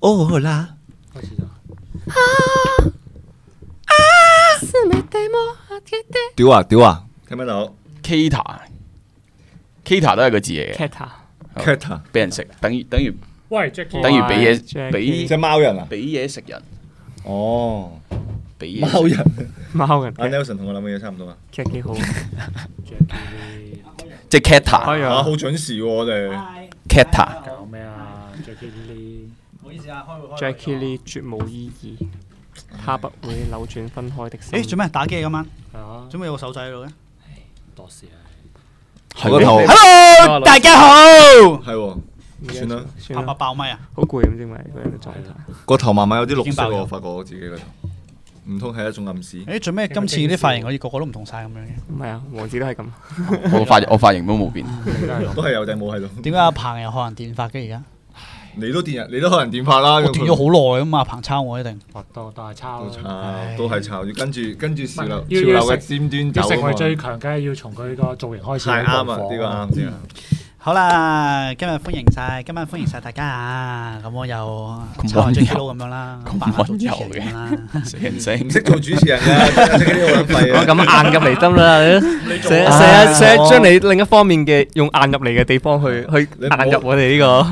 哦啦，開始咗。屌啊屌啊，聽唔聽到 Kita，Kita 都係個字嚟嘅， Kata， ？cat 啊，俾人食，等於等於喂，Jackie，等於俾嘢 Jackie 俾只貓人啊？俾嘢食人，哦，俾嘢食貓人。貓人阿 Nelson 同我諗嘅嘢差唔多啊。 Cat 幾好， Jackie 即係 Kita 開啊，好咗準時喎，我哋 Kita 搞咩啊？Jackie Lee， Jackie Lee 絕無意義，他不會扭轉分開的心。咦，做咩打機啊今晚？係啊，做咩有個手仔喺度嘅多事啊！我個頭？Hello，大家好。係喎，咩算啦拍算拍啦，爆咪啊！好攰咁啫嘛，個人嘅狀態。個頭慢慢有啲綠色已經喎，爆咗我發覺我自己個頭，唔通係一種暗示？誒，做咩今次啲髮型好似個個都唔同晒咁樣嘅？嗯唔係啊，王子都係咁。我個髮型我髮型都冇變，都係有頂帽喺度。 點解阿鵬又學人電髮嘅而家？你都電人，你都可能電髮啦。我斷咗好耐咁啊！彭抄我一定。我都都係抄都啦，炒，都係炒，要跟住跟住潮流潮要流要嘅食尖端要走成啊嘛為。最強，梗係要從佢個造型開始。係啱啊，呢個啱先啊。好啦，今日歡迎晒，今晚歡迎晒大家啊！咁我又抄下 j 溫 a 柔咁樣啦，咁扮下做主持溫柔人咁樣啦。死人死。唔識做主持人 㗎，真係呢個廢我啊！咁硬入嚟得 啦，你都成日成唉日成日將你另一方面嘅用硬入嚟嘅地方去去你唔好硬入我哋呢個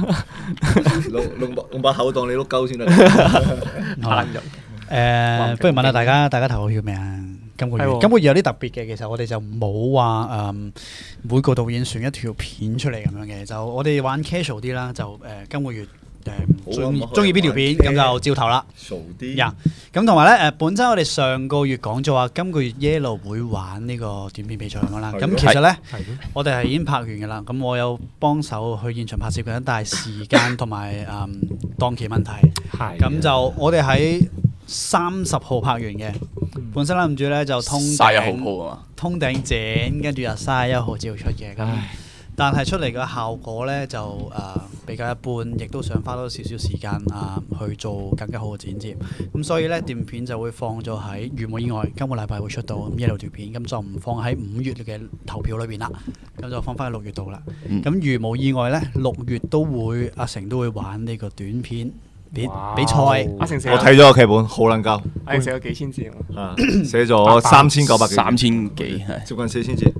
用用把用把口當你碌鳩先得。好啦硬入。誒，不如問下大家，大家投好票未啊？今個係月喎今個月有啲特別嘅，其實我哋就冇話誒每個導演選一條片出嚟咁樣嘅，就我哋玩 casual 啲啦，就誒今個月好誒啊嗯中意咁可以中意邊條片玩咁就照投啦。傻啲。呀，咁同埋咧，誒、本身我哋上個月講咗話，今個月 Yellow 會玩呢個短片比賽咁樣啦。係咁咯其實咧，係咯我哋係已經拍完嘅啦。咁我有幫手去現場拍攝緊，但係時間同埋誒檔期問題，係咁就我哋喺三十號拍完嘅。本身諗住咧就通晒一好頂好啊通頂井，跟住又三十一號照出嘅咁。但係出嚟嘅效果咧就誒、呃比較一般，亦都想花多少少時間啊、去做更加好嘅剪接。咁所以咧段片就會放咗喺如無意外，今個禮拜會出到咁 yellow 條片，咁就唔放喺五月嘅投票裏邊啦，咁就放翻喺六月度啦。嗯咁、如無意外咧，六月都會阿成都會玩呢個短片比哇比賽。阿成寫我睇咗個劇本，好撚鳩阿成寫咗幾千字啊嘛。啊，寫咗三千九百嘛，幾，三千幾係接近四千字。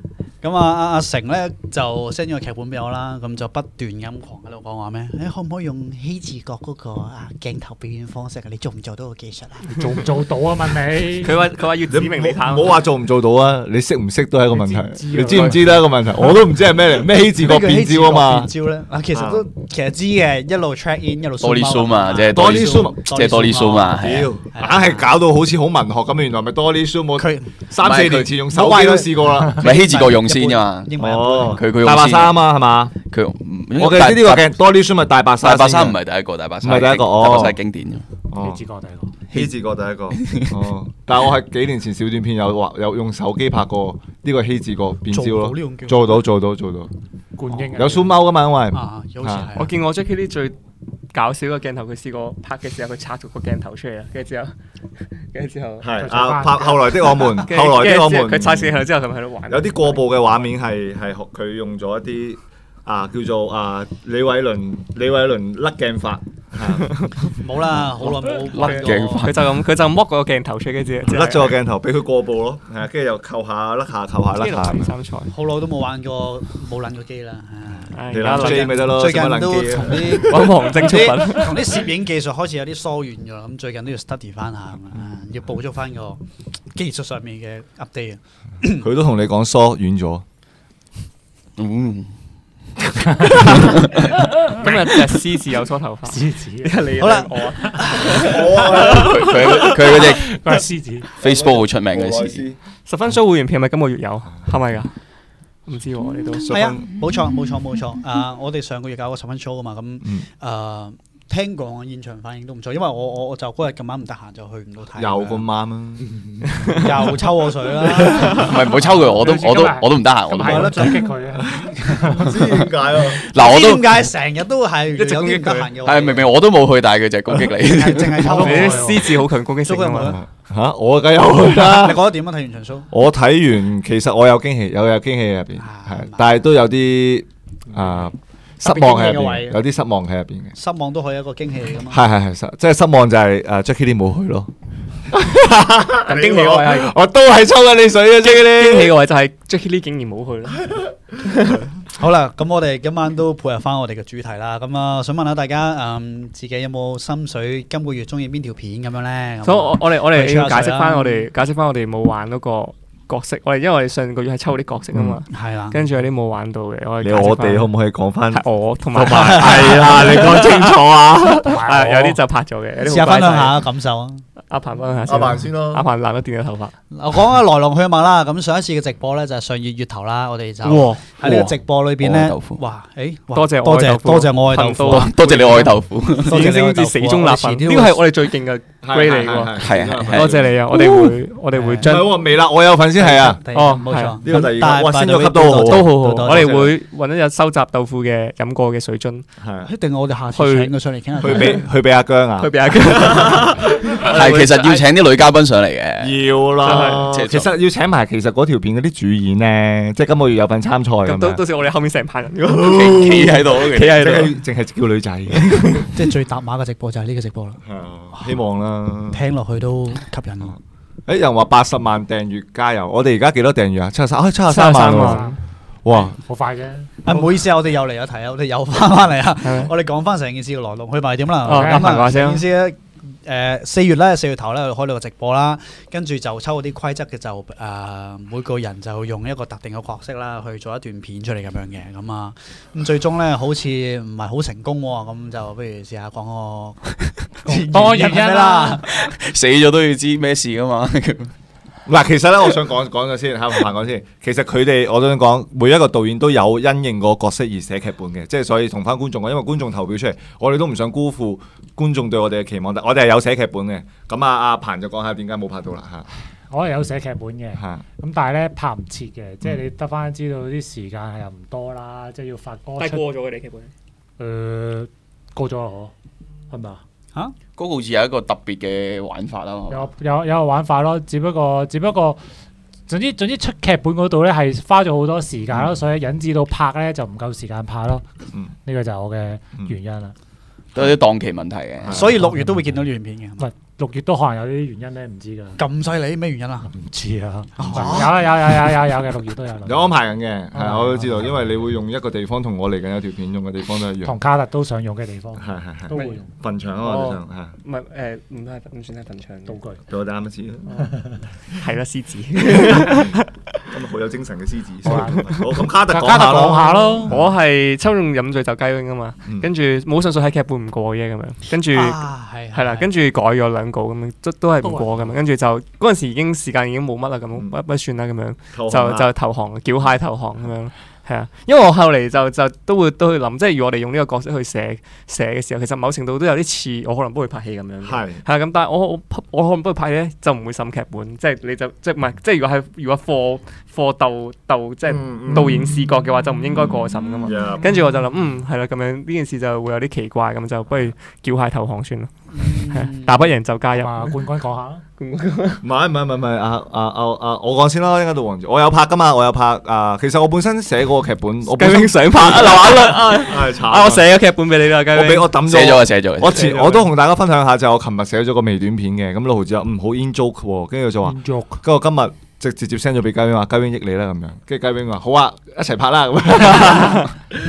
咁啊，阿阿成咧就 send 咗個劇本俾我啦，咁就不斷咁狂喺度講話咩？誒、可唔可以用希治閣嗰個啊鏡頭表現方式啊？你做唔做到個技術啊？做唔做到啊？問 你，佢話佢話要指明你唔睇，好話做唔做到啊！你識唔識都係一個問你題，知唔知啊你知唔知都係一個問題。我都唔知係咩 嚟，咩希治閣呢個變希治招啊閣嘛變。招咧啊，其實都其實知嘅，一路 check in 一路多啲 zoom out zoom 啊，咁即係多啲 zoom 即係多啲 zoom 啊，屌，係啊硬係搞到好似好文學咁，原來咪多啲 zoom 我佢三四年前用手機都試過 啦。咪希治閣用先啊嘛，英文哦，佢佢用大白鯊先啊嘛，係嘛？佢唔我哋呢個嘅多啲 zoom 咪大白鯊先嘅。大白鯊唔係第一個，大白鯊唔係第一個哦大白鯊係經典。哦你知我第一個。希治閣第 一個，哦，但係我係幾年前小短片有畫有用手機拍過呢個希治閣變焦咯做到呢種叫，做到做到做到，冠英啊有 zoom out 噶嘛，因為啊，好似係我啊。見我 Jackie 呢最搞笑嘅鏡頭，佢試過拍嘅時候，佢拆咗個鏡頭出嚟啦，跟住之後，跟住之後，係做啊翻拍後來的 我們，跟住後來跟的住我之後們佢拆線後之後，佢咪喺度玩。有啲過步嘅畫面係係學佢用咗一啲啊叫做啊李偉倫李偉倫甩鏡法，冇啦，好耐冇甩鏡佢就咁佢就剝個鏡頭出嚟，跟住甩咗個鏡頭俾佢過步咯，係啊，跟住又扣下甩下扣下甩呢下度咁比樣，三賽。好耐都冇玩過冇撚過機啦。啊唉你而家諗諗 J 咪得咯，最使近乜撚都機啊同啲 揾王晶出品。啲同啲攝影技術開始有啲疏遠咗，咁最近都要 study 翻下咁啊，要捕捉翻個技術上面嘅 update 啊。佢都同你講疏遠咗，嗯，今日隻獅子有梳頭髮，獅子，你好啦我啊哦佢佢佢嗰只佢係獅子， Facebook 好出名 嘅事，十分 show 會員票係咪今個月有？係咪噶？唔知喎，我哋都十係啊分，冇錯冇錯冇錯。啊，我哋上個月搞過十分 show 啊嘛，咁嗯誒聽講現場反應都唔錯，因為我我我就嗰日咁啱唔得閒就去唔到睇。有咁啱啊！又抽我水啦，唔係唔好抽佢，我都我都我都唔得閒，咁我都係冇咯，想激佢啊！唔知點解啊？嗱我唔知都點解成日都係有直攻擊啲唔得佢閒嘅話，係明明我都冇去，但係佢就係攻擊 你。係淨係抽 你啲我。獅子好強攻擊蘇性君啊梅嘛。啊，嚇我梗有去啦你覺！得點啊？睇完場 show，我睇完，其實我有驚喜，有有驚喜喺入邊，啊係，但係都有啲啊失望喺入特別驚喜嘅邊位嘅，有啲失望喺入邊嘅。失望都可以一個驚喜嚟噶嘛。係係係，失即係失望就係誒 Jackie Lee 冇去咯。驚喜我係我都係抽緊你水啊驚，Jackie 喜 Lee。嘅位就係 Jackie Lee 竟然冇去咯，好啦，咁我哋今晚都配合翻我哋嘅主題啦。咁啊，想問下大家，嗯，自己有冇心水？今個月中意邊條片咁樣啊咧？啊所以我我哋我去哋吹要下解水釋啦翻我哋解釋翻我哋冇玩嗰個角色，我哋因為我哋上個月係抽啲角色啊嘛，係啦，跟住有啲冇玩到嘅，我哋嗯你解釋我哋返可唔可以講翻？係我同埋係啦，你講清楚 à. 啊！啊有啲就拍咗嘅，有試啲好快就下分享係下感受啊！阿彭分享阿 À, 先啦凡先咯阿。彭爛咗電嘅頭髮，我講下來龍去脈啦。咁上一次嘅直播咧就係上月月頭啦，我哋就喺呢個直播裏邊我愛咧豆腐，哇，誒，哇多謝我多愛豆謝腐多謝我愛豆頻腐道啊，多謝你愛豆腐，多謝你愛已豆經腐死啊忠立粉，呢個係我哋最勁嘅 grade 嚟喎，係係係多謝你啊！我哋會我哋會係將唔係喎未啦，我有份先係啊！哦，冇錯，呢個第二個但係哇 by 升 the 咗 way，級都好多謝都好好，多謝我哋會揾一日收集豆腐嘅飲過嘅水樽，係一定我哋下次請佢上嚟傾下偈。去俾去俾阿姜啊去！俾阿姜。係 係其實要請啲女嘉賓上嚟嘅，要啦，真係其實要請埋其實嗰條片嗰啲主演咧，即係今個月有份參賽咁咁到到樣，時我哋後面成排人嘅喎，企企喺度，企喺度。淨係淨係叫女仔，即係最搭馬嘅直播就係呢個直播啦，希望啦。聽落去都吸引我。誒人話八十萬訂閱加油，我哋而家幾多訂閱啊？七十三，啊七十三萬喎！哇，好快啫。啊，唔好意思啊，我哋又嚟咗題啊，我哋又翻翻嚟啊，係 我哋講翻成件事嘅來龍去脈點啦。哦咁咁啊啊，講先成啊件事咧。誒四月咧，四月頭咧開咗個直播啦，跟住就抽嗰啲規則嘅就誒、每個人就用一個特定嘅角色啦，去做一段片出嚟咁樣嘅，咁啊咁最終咧好似唔係好成功喎、咁就不如試下 講個多原因啦，死咗都要知咩事噶嘛。嗱，其實咧，我想 講講咗先，嚇，彭講先。其實佢哋，我都想講，每一個導演都有因應個角色而寫劇本嘅，即係所以同翻觀眾講，因為觀眾投票出嚟，我哋都唔想辜負觀眾對我哋嘅期望，但我哋係有寫劇本嘅。咁啊，阿彭就講下點解冇拍到啦我係有寫劇本嘅嚇，嚇。咁但係咧拍唔切嘅，即係你得翻知道啲時間係又唔多啦，即係要發歌但係出。過咗嘅你基本。誒呃過咗啦我係咪啊？ 嗰個好似有一個特別嘅玩法啊哦啦，有有有個玩法咯，只不過只不過總之總之出劇本嗰度咧係花咗好多時間咯，所以引致到拍咧就唔夠時間拍咯。嗯呢個就係我嘅原因啦。都有啲檔期問題嘅。所以六月都會見到呢段片嘅。六月都可能有啲原因咧，唔知㗎，咁犀利咩原因啊？唔知啊。 有有有有有有嘅，六月都有。 有安排緊嘅，係啊嗯我都知道，因為你會用一個地方同我嚟緊有條片用嘅地方都一 樣同，卡特都想用嘅地方係係係都會用墳場啊嘛，墳場唔係誒，唔係唔算係鄧唱道具。係俾我哋啱一次啦，係啦，獅子。今啊日好有精神嘅獅子。好啊好，咁卡特卡特講下講咯。下咯。我係抽中飲醉酒雞 wing 啊嘛嗯，跟住冇信數喺劇本唔過嘅咁樣，跟住啊，係係啦，跟住改咗兩稿咁樣，都都係唔過咁樣，跟住就嗰陣時已經時間已經冇乜啦，咁嗯不不算啦咁樣，投降就啦就投降，繳械投降咁樣。係啊，因為我後嚟就就都會都去諗，即係如果我哋用呢個角色去寫寫嘅時候，其實某程度都有啲似我可能幫佢拍戲咁樣嘅。係係啊咁，但係我我我可能幫佢拍咧，就唔會審劇本，即係你就即係唔係即係如果係如果課課鬥鬥即係嗯嗯導演視覺嘅話，就唔應該過審噶嘛。呀跟住我就諗，嗯係啦，咁樣呢件事就會有啲奇怪，咁就不如叫械投降算啦。係啊打不贏就加入咁。啊，冠軍講下啦。唔係唔係唔係唔係啊啊啊啊！我講先啦，應該到王子，我有拍噶嘛，我有拍啊。其實我本身寫嗰個劇本，我本身想拍啊，流眼淚 啊！唉慘啊，啊我寫咗劇本俾你啦，雞 wing 我俾我抌寫咗咗。啊，寫咗啊。我前我都同大家分享下，就係我琴日寫咗個微短片嘅，咁六毫子話嗯好 in joke 喎，跟住就話， Joke 跟住我今日直直接 send 咗俾雞 wing 話，雞 wing 益你啦咁樣，跟住雞 wing 話好啊，一齊拍啦咁 樣，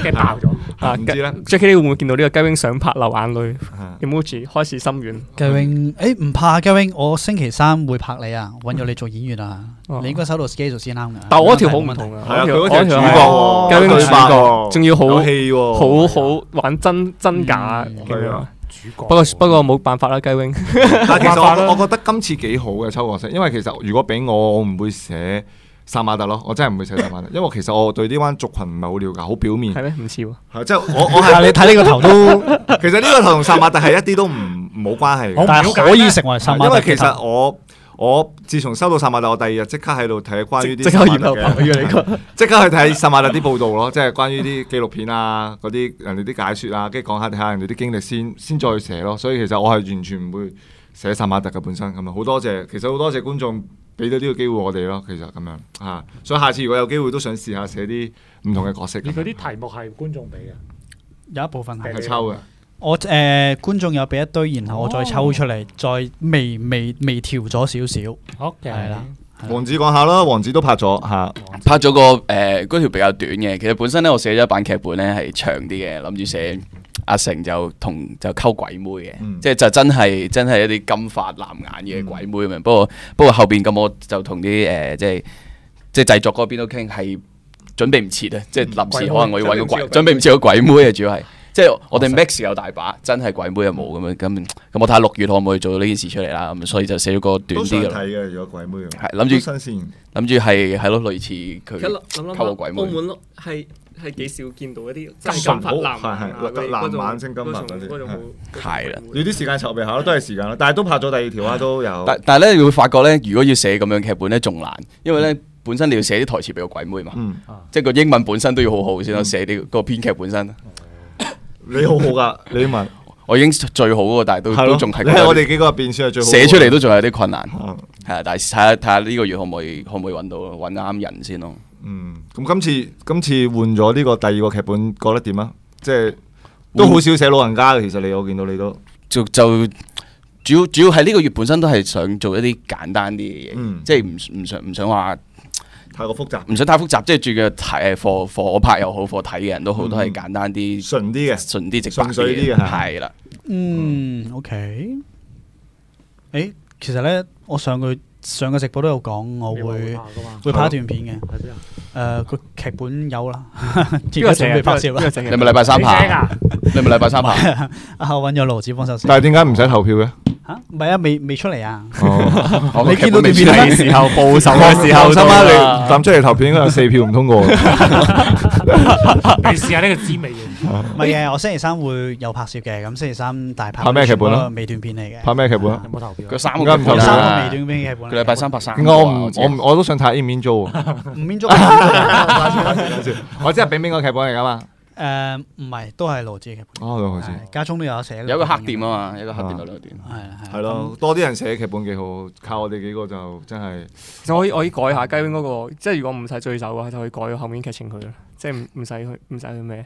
嘅爆咗。啊唔知 啦 Jackie Lee 會唔會見到呢個雞 wing 想拍流眼淚嗯 emoji 開始心軟？雞 wing，誒唔怕雞 wing，我星期三會拍你啊，揾咗你做演員啊，哦你應該收到 schedule 先啱㗎。但我嗰條好唔同啊，係啊，佢嗰我條主角喎，雞 wing 有對主白角，喎仲要好有戲喎，好好玩真真假嗯咁係樣啊。主角。不過不過冇辦法啦，雞 wing 但其實冇辦法我啦我覺得今次幾好嘅抽角色，因為其實如果俾我，我唔會寫殺馬特咯，我真係唔會寫殺馬特，因為其實我對呢班族群唔係好了解，好表面嗯係，咩？唔似喎。係即係我我但係係你睇呢個頭都， 其實呢個頭同殺馬特係一啲都唔冇關係嘅。但係可以成為神馬因特為嘅其頭實我我自從收到撒馬特，我第二日即刻喺度睇關於啲即刻撒馬然特後嘅拍嘅你個。 即刻去睇撒馬特啲報道咯，即係關於啲紀錄片啊，嗰啲人哋啲解説啊，跟住講下睇下人哋啲經歷先先再去寫咯。所以其實我係完全唔會寫撒馬特嘅本身咁啊，好多謝，其實好多謝觀眾俾到呢個機會我哋咯，其實咁樣啊，所以下次如果有機會都想試下寫啲唔同嘅角色。你嗰啲題目係觀眾俾嘅，有一部分係係抽嘅。啊我誒、呃、觀眾有俾一堆，然後我再抽出嚟，再微微微調咗少少， OK，係啊啦。王子講下啦，王子都拍咗嚇，拍咗個誒嗰條比較短嘅，其實本身咧我寫咗一版劇本咧係長啲嘅，諗住寫阿成就同就溝鬼妹嘅，嗯即係就真係真係一啲金髮藍眼嘅鬼妹咁樣。不過不過後邊咁我就同啲誒即係即係製作嗰邊都傾係準備唔切啊，即係臨時可能我要揾個鬼準備唔切個鬼妹啊，主要係。即係我哋 mix 有大把，真係鬼妹又冇咁樣，咁咁我睇下六月可唔可以做到呢件事出嚟啦，咁所以就寫咗個短都想睇啲嘅嘅，啦，如果鬼妹係諗住都新鮮。諗住係係咯，類似佢其實諗諗溝個鬼下，妹澳門咯係係幾少見到一啲真係金金髮髮係係藍得嗰藍種眼睛金髮嗰嗰種啲嗰種好係啦要啲時間籌備下咯，都係時間啦。但係都拍咗第二條啊，都有。但但係咧，你會發覺咧，如果要寫咁樣劇本咧，仲難，因為咧本身你要寫啲台詞俾個鬼妹嘛，嗯，即係個英文本身都要好好先咯，寫啲個編劇本身，你好好 㗎，你問我已經最好嗰個，但係都係都咯，仲係你係我哋幾個入邊算係最好寫出嚟都仲有啲困難，嗯係啊，但係睇下睇下呢個月可唔可以可唔可以揾到咯揾啱人先咯。嗯，咁今次今次換咗呢個第二個劇本，覺得點啊？即係都好少寫老人家嘅，其實你我見到你都就就主要主要係呢個月本身都係想做一啲簡單啲嘅嘢，嗯即係唔唔想唔想話太過複雜，唔想太複雜，即係主要睇課課我拍又好，課睇嘅人都嗯好，都係簡單啲、純啲嘅。順啲、直白純粹啲嘅係係啦。嗯，OK。誒，其實咧，我上個上個直播都有講，我會會拍一段片嘅。誒，個劇本有啦，邊個 而家寫準啊？備拍邊攝個邊個啦。寫你嘅係咪禮拜三拍啊？你係咪禮拜三拍啊？ 啊，我揾咗盧子幫手寫。但係點解唔使投票嘅？嚇，唔係啊，未未出嚟啊。 哦，我個你劇見到本未段出片嚟係時候報仇嘅時放候心到啦，啦你。抌出嚟投票應該有四票唔通過嘅。你試下呢個滋味嘅。唔係嘅，我星期三會有拍攝嘅，咁星期三大拍拍咩劇本啊全部都係微短片嚟嘅。拍咩劇本啊 有？冇投票啊？佢三點解個唔劇投本票三個啦微短片劇本嚟嘅。啊佢禮拜三拍三個點啊。解我唔知我唔我都想睇 In 面租 啊？唔免足。 誒，我即係俾面個劇本嚟㗎嘛？唔係，都係盧子嘅劇本。哦，好似係家中都有寫。有個黑點啊嘛，有個黑點啊有兩點。係啦，係咯，多啲人寫劇本幾好，靠我哋幾個就真係其實我可以我可以改下雞 wing 嗰個，即係如果唔使醉酒嘅話，就可以改後面劇情佢啦，即係唔唔使去唔使去咩。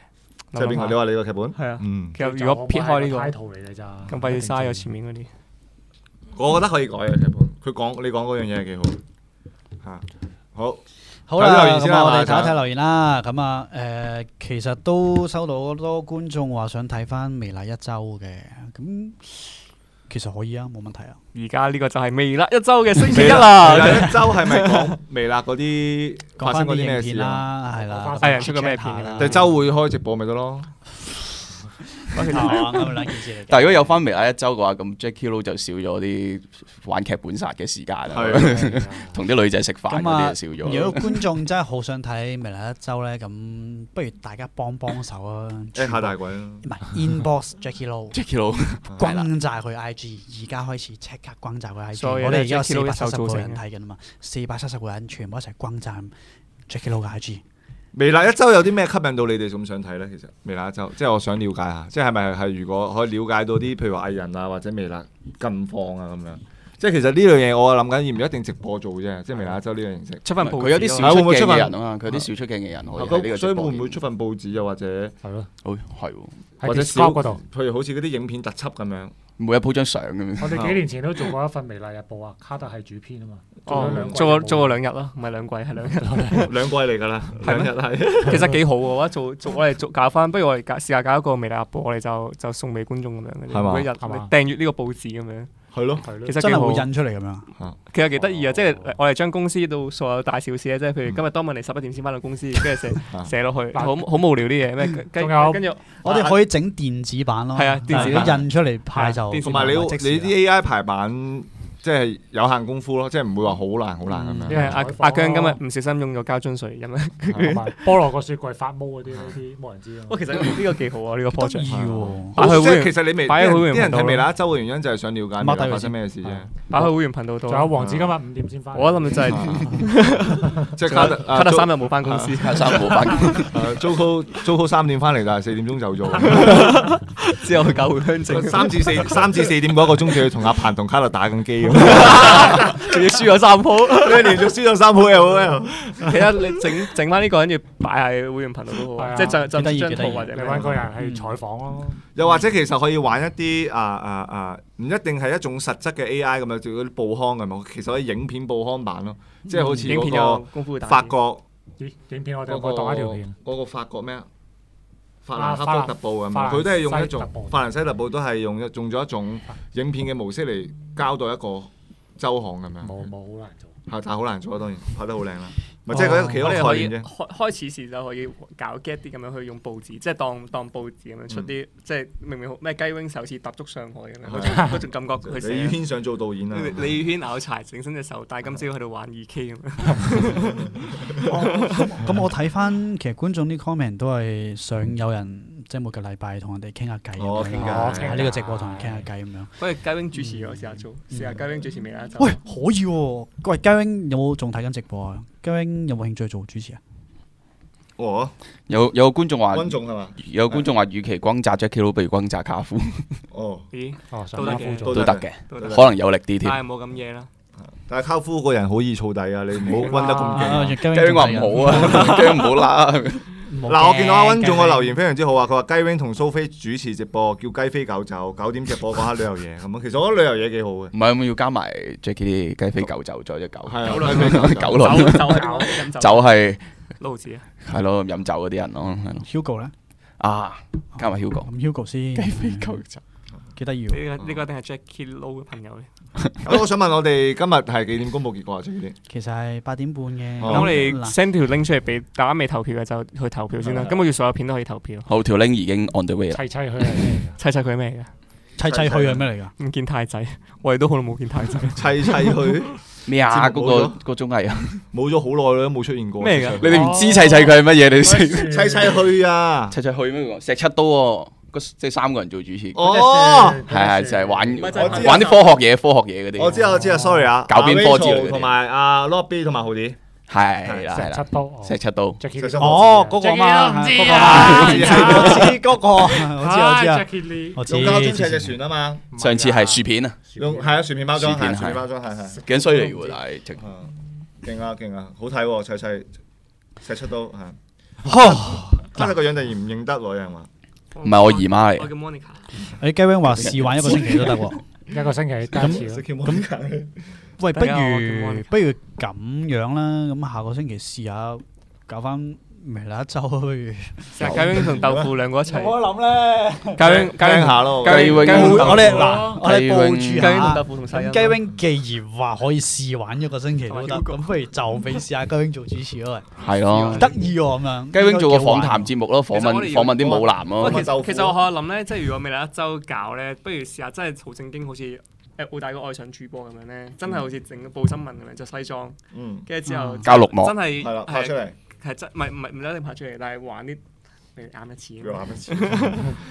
即係邊個？你話你個劇本？係啊，嗯，其實如果撇開呢個，圖嚟嘅咋，咁費事嘥咗前面嗰啲。我覺得可以改嘅劇本。佢講你講嗰樣嘢係幾好嚇。好，好啦，睇留言先咁啊啦我哋馬仔睇一睇留言啦。咁啊，誒，其實都收到好多觀眾話想睇翻《微辣一周》嘅，咁其實可以啊，冇問題啊。而家呢個就係微辣一周嘅星期一啦。微辣一周係咪講 微辣嗰啲啊講發生翻嗰啲啲影咩片事啊？啦，嗯係啦，係人出過咩片啊第周會開直播咪得咯？ 啊，咁兩件事嚟嘅。但係如果有翻微辣一周嘅話，咁 Jackie Lou 就少咗啲玩劇本殺嘅時間啦，同啲女仔食飯嗰咁啊，啲就少如咗。果觀眾真係好想睇《微辣一周》咧，咁不如大家幫幫手啊！誒哎下大鬼啦。唔係 inbox Jackie Lou。 Jackie Lou 係啦轟炸佢 IG，而家開始即刻轟炸佢 IG。所以我哋咧而家有 Jackie 四 Lou 百一七手十造個成人睇緊啊嘛，四百七十個人全部一齊轟炸 Jackie Lou 嘅 IG。微辣一周有啲咩吸引到你哋咁想睇呢？其實微辣一周，即係我想了解下，即係係咪係如果可以了解到啲譬如話藝人啊或者微辣近況啊咁樣，即係其實呢樣嘢我諗緊要唔一定直播做啫，即係微辣一周呢樣形式。 出份報紙咯佢有啲小少啊會出唔會鏡出嘅份人啊嘛，佢有啲少出鏡嘅人哦可以喺呢啊所個以直會播唔會出份報紙又啊或者 係咯，好係喎，或者喺 d 小 i 嗰度。譬如好似嗰啲影片特輯咁 樣？每日鋪張相 咁樣。我哋幾年前都做過一份《微辣日報》啊，卡特係主編啊嘛，咗兩哦季，做過日報做過兩日咯，唔係兩季係兩日。兩季嚟㗎啦，係兩咩日 係。 其實幾好喎，我覺得做做我哋做搞翻，不如我哋搞試下搞一個微辣日報，我哋就就送俾觀眾咁樣嘅係嘛啫，每日係嘛訂閲呢個報紙咁樣，係咯，係咯其。實真幾係會好。印出嚟咁啊樣。其實幾得意啊！哦即係我哋將公司到所有大小事咧，啊即係譬如今日當文嚟十一點先翻到公司，跟 住寫寫落去，嗱好好無聊啲嘢咩？跟跟啊仲有跟住我哋可以整電子版咯，啊係啊電如子版果印出嚟派就係啊電同埋你要你啲 AI 排版即係有限功夫咯，即係唔會話好難好難咁因為樣。阿採訪阿姜今咯日唔小心用咗膠樽水咁 樣。同埋菠蘿個雪櫃發毛嗰啲呢啲冇人知啊嘛哇，。哦其實呢個幾好啊！呢個 project 得意喎擺即去會係員其實你未擺喺啲會人員啲人頻道睇咯微辣一周嘅原因就係想了解擘啊微辣大佢發生先咩事啫。擺去會員頻道仲有度。王子今日五點先翻。我諗就係即係卡卡特特啊卡特租三日冇翻公司，三冇翻工，誒 Zoco Zoco 三點翻嚟，但係四點鐘就 做。之後去搞回鄉證。三至四三至四點嗰一個鐘就要同阿彭同卡特打緊機咁仲要輸咗三鋪。你連續輸咗三鋪 L O L，其實你整整翻呢個，跟住擺喺會員頻道都係好，啊即係就幾得就意張幾得圖意或者你揾個人去採訪咯，又或者其實可以玩一啲啊啊啊，唔一定係一種實質嘅 A I 咁樣，叫嗰啲報刊咁樣，其實可以影片報刊版咯，嗯即係好似影片嗰有功夫個打法國咦？影片我哋嗰有個冇當一條片？嗰個法國咩啊？法蘭克啊福特布咁法蘭樣，佢都係用一法蘭西特種布法蘭西特布都係用一用咗一種影片嘅模式嚟交代一個周刊咁樣，冇哦冇好難做。係但係好難做啊，當然拍得好靚啦，咪即係佢一個其中我一個哋可概以念啫。開開始時就可以搞 get 啲咁樣去用報紙，即係當當報紙咁樣出啲，即係明明好咩雞 wing 首次踏足上海咁樣，嗰種嗰種感覺去李宇寫。軒想做導演啊！李宇軒咬柴，整親隻手，但係今朝喺度玩二 K 咁樣。哦咁我睇翻其實觀眾啲 comment 都係想有人即係每個禮拜同人哋傾下偈咁樣，哦傾偈喺呢個直播同人傾下偈咁樣。不如雞 wing 主持咗試下做，試下雞 wing 主持未啦？啊就喂，可以喎！喂，嘉英有冇仲睇緊直播啊？嘉英有冇興趣做主持啊？哦，有有個觀眾話，觀眾係嘛？有個觀眾話，與其轟炸 Jackie Lou，不如轟炸卡夫哦，咦，哦，上都得班嘅輔都都助得得嘅，都可得能有力啲但添。係冇咁嘢啦。但係卡夫個人好易燥底啊！你唔好温得咁勁。啊，嘉雞 wing 仲話睇緊唔好啊，雞 wing 唔好啦。唔好嗱，我見到阿温驚仲個留驚言非常之好啊！佢話雞 wing 同蘇菲主持直播，叫雞飛狗走，九點直播講下旅遊嘢咁啊樣。其實我覺得旅遊嘢幾好嘅。唔係，咁要加埋 Jackie 啲雞飛狗走咗只狗，係啊九雞飛狗輪走 九酒酒係輪飲酒，就係撈字啊！係咯飲酒嗰啲人咯，係咯 Hugo 咧，啊加埋 Hugo 咁 Hugo 先雞飛狗走，幾得意呢喎。個呢個一定係 Jackie Lou 嘅朋友嚟。咁我想問我哋今日係幾點公佈結果啊？最 啲其實係八點半嘅。哦咁我哋嗱 send 條 link 出嚟俾大家未投票嘅就去投票先啦。今個月所有片都可以投票，好條 link 已經 on the way 啦。砌砌佢嚟砌砌佢咩嚟砌砌去係咩嚟㗎？嘅？唔見太仔，我哋都好耐冇見太仔。砌砌佢，咩啊？節嗰目個冇嗰綜藝啊，冇咗好耐啦，都冇出現過。咩嚟㗎你哋唔知砌砌佢係乜嘢？你哋識砌砌砌去 啊！砌哦去咩講？石七刀喎，嗰即係三個人做主持，係哦，係就係係玩就係玩玩啲科學嘢、科學嘢嗰啲。我知啊，我知啊，sorry 啊，搞邊科之類嗰啲 Rachel 同埋阿 Lobby 同埋豪啲。係嘅，啦係石啦，七刀，石七刀。 Jackie 石七哦，嗰個嘛， Jackie 都唔知嗰個嘛，啊我知嗰個，我知我知啊， Jackie Lee，我知。用膠樽砌隻船啊嘛，上次係薯片啊，用係啊，薯片包裝，薯片係薯係片包裝，係係。幾衰嚟喎，但係啊，勁啊勁啊，好睇喎，砌砌砌出刀係。哦真係個樣突然唔認得喎，有人話。唔係我姨媽嚟我嘅叫 Monica。你雞 wing 話試玩一個星期都得喎。一個星期得一次咯。咁喂，不大家好我叫如 Monica 不如咁樣啦，咁下個星期試下搞翻微辣一周啊，不如。成日嘉英同豆腐兩個一齊，諗咧，嘉英嘉英驚下咯，嘉哦雞英翼嘉英同豆我腐哋嗱，我哋雞 wing 報住嘉英同豆下。腐同細啊欣。咁雞 wing 既然話可以試玩一個星期都得，同埋 Hugo 咁不如就俾試下雞 wing 做主持咯，係咯喂，。得意喎咁樣。雞 wing 做個訪談節節目咯，其訪實問我哋要訪問啲舞男不過咯其。喂豆腐實其實我喺度諗咧，即係如果未來一周搞咧，不如試下真係好正經，好似誒澳大個愛上主播咁樣咧，真係好似整報新聞咁樣，就西裝，嗯，跟住之後嗯交綠幕真係係啦，拍出嚟，係真唔係唔係唔一定拍出嚟，但係玩啲例如啱一次咁要樣，話乜錢？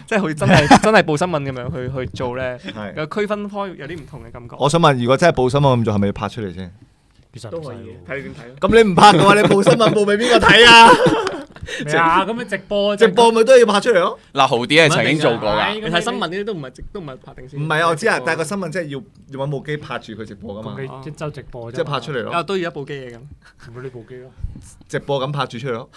即係好似真 係真係報新聞咁樣去去做咧，係。有區分開有啲唔同嘅感覺，我想問，如果真係報新聞咁做，係咪要拍出嚟先？其實都可以嘅，睇你點睇咯。咁你唔拍嘅話，你報新聞報俾邊個睇啊？咩啊？咁樣直 播直播咪都要拍出嚟咯？嗱，豪啲啊啊係曾經做過㗎，你睇新聞呢啲都唔係直都唔係拍定唔先。係啊，我知啊，但係個新聞真係要要揾部機拍住佢直播噶嘛，同你一周直播啫，即係拍出嚟啊咯，都要一部機嘢咁，咪呢部機咯。直播咁拍住出嚟 咯。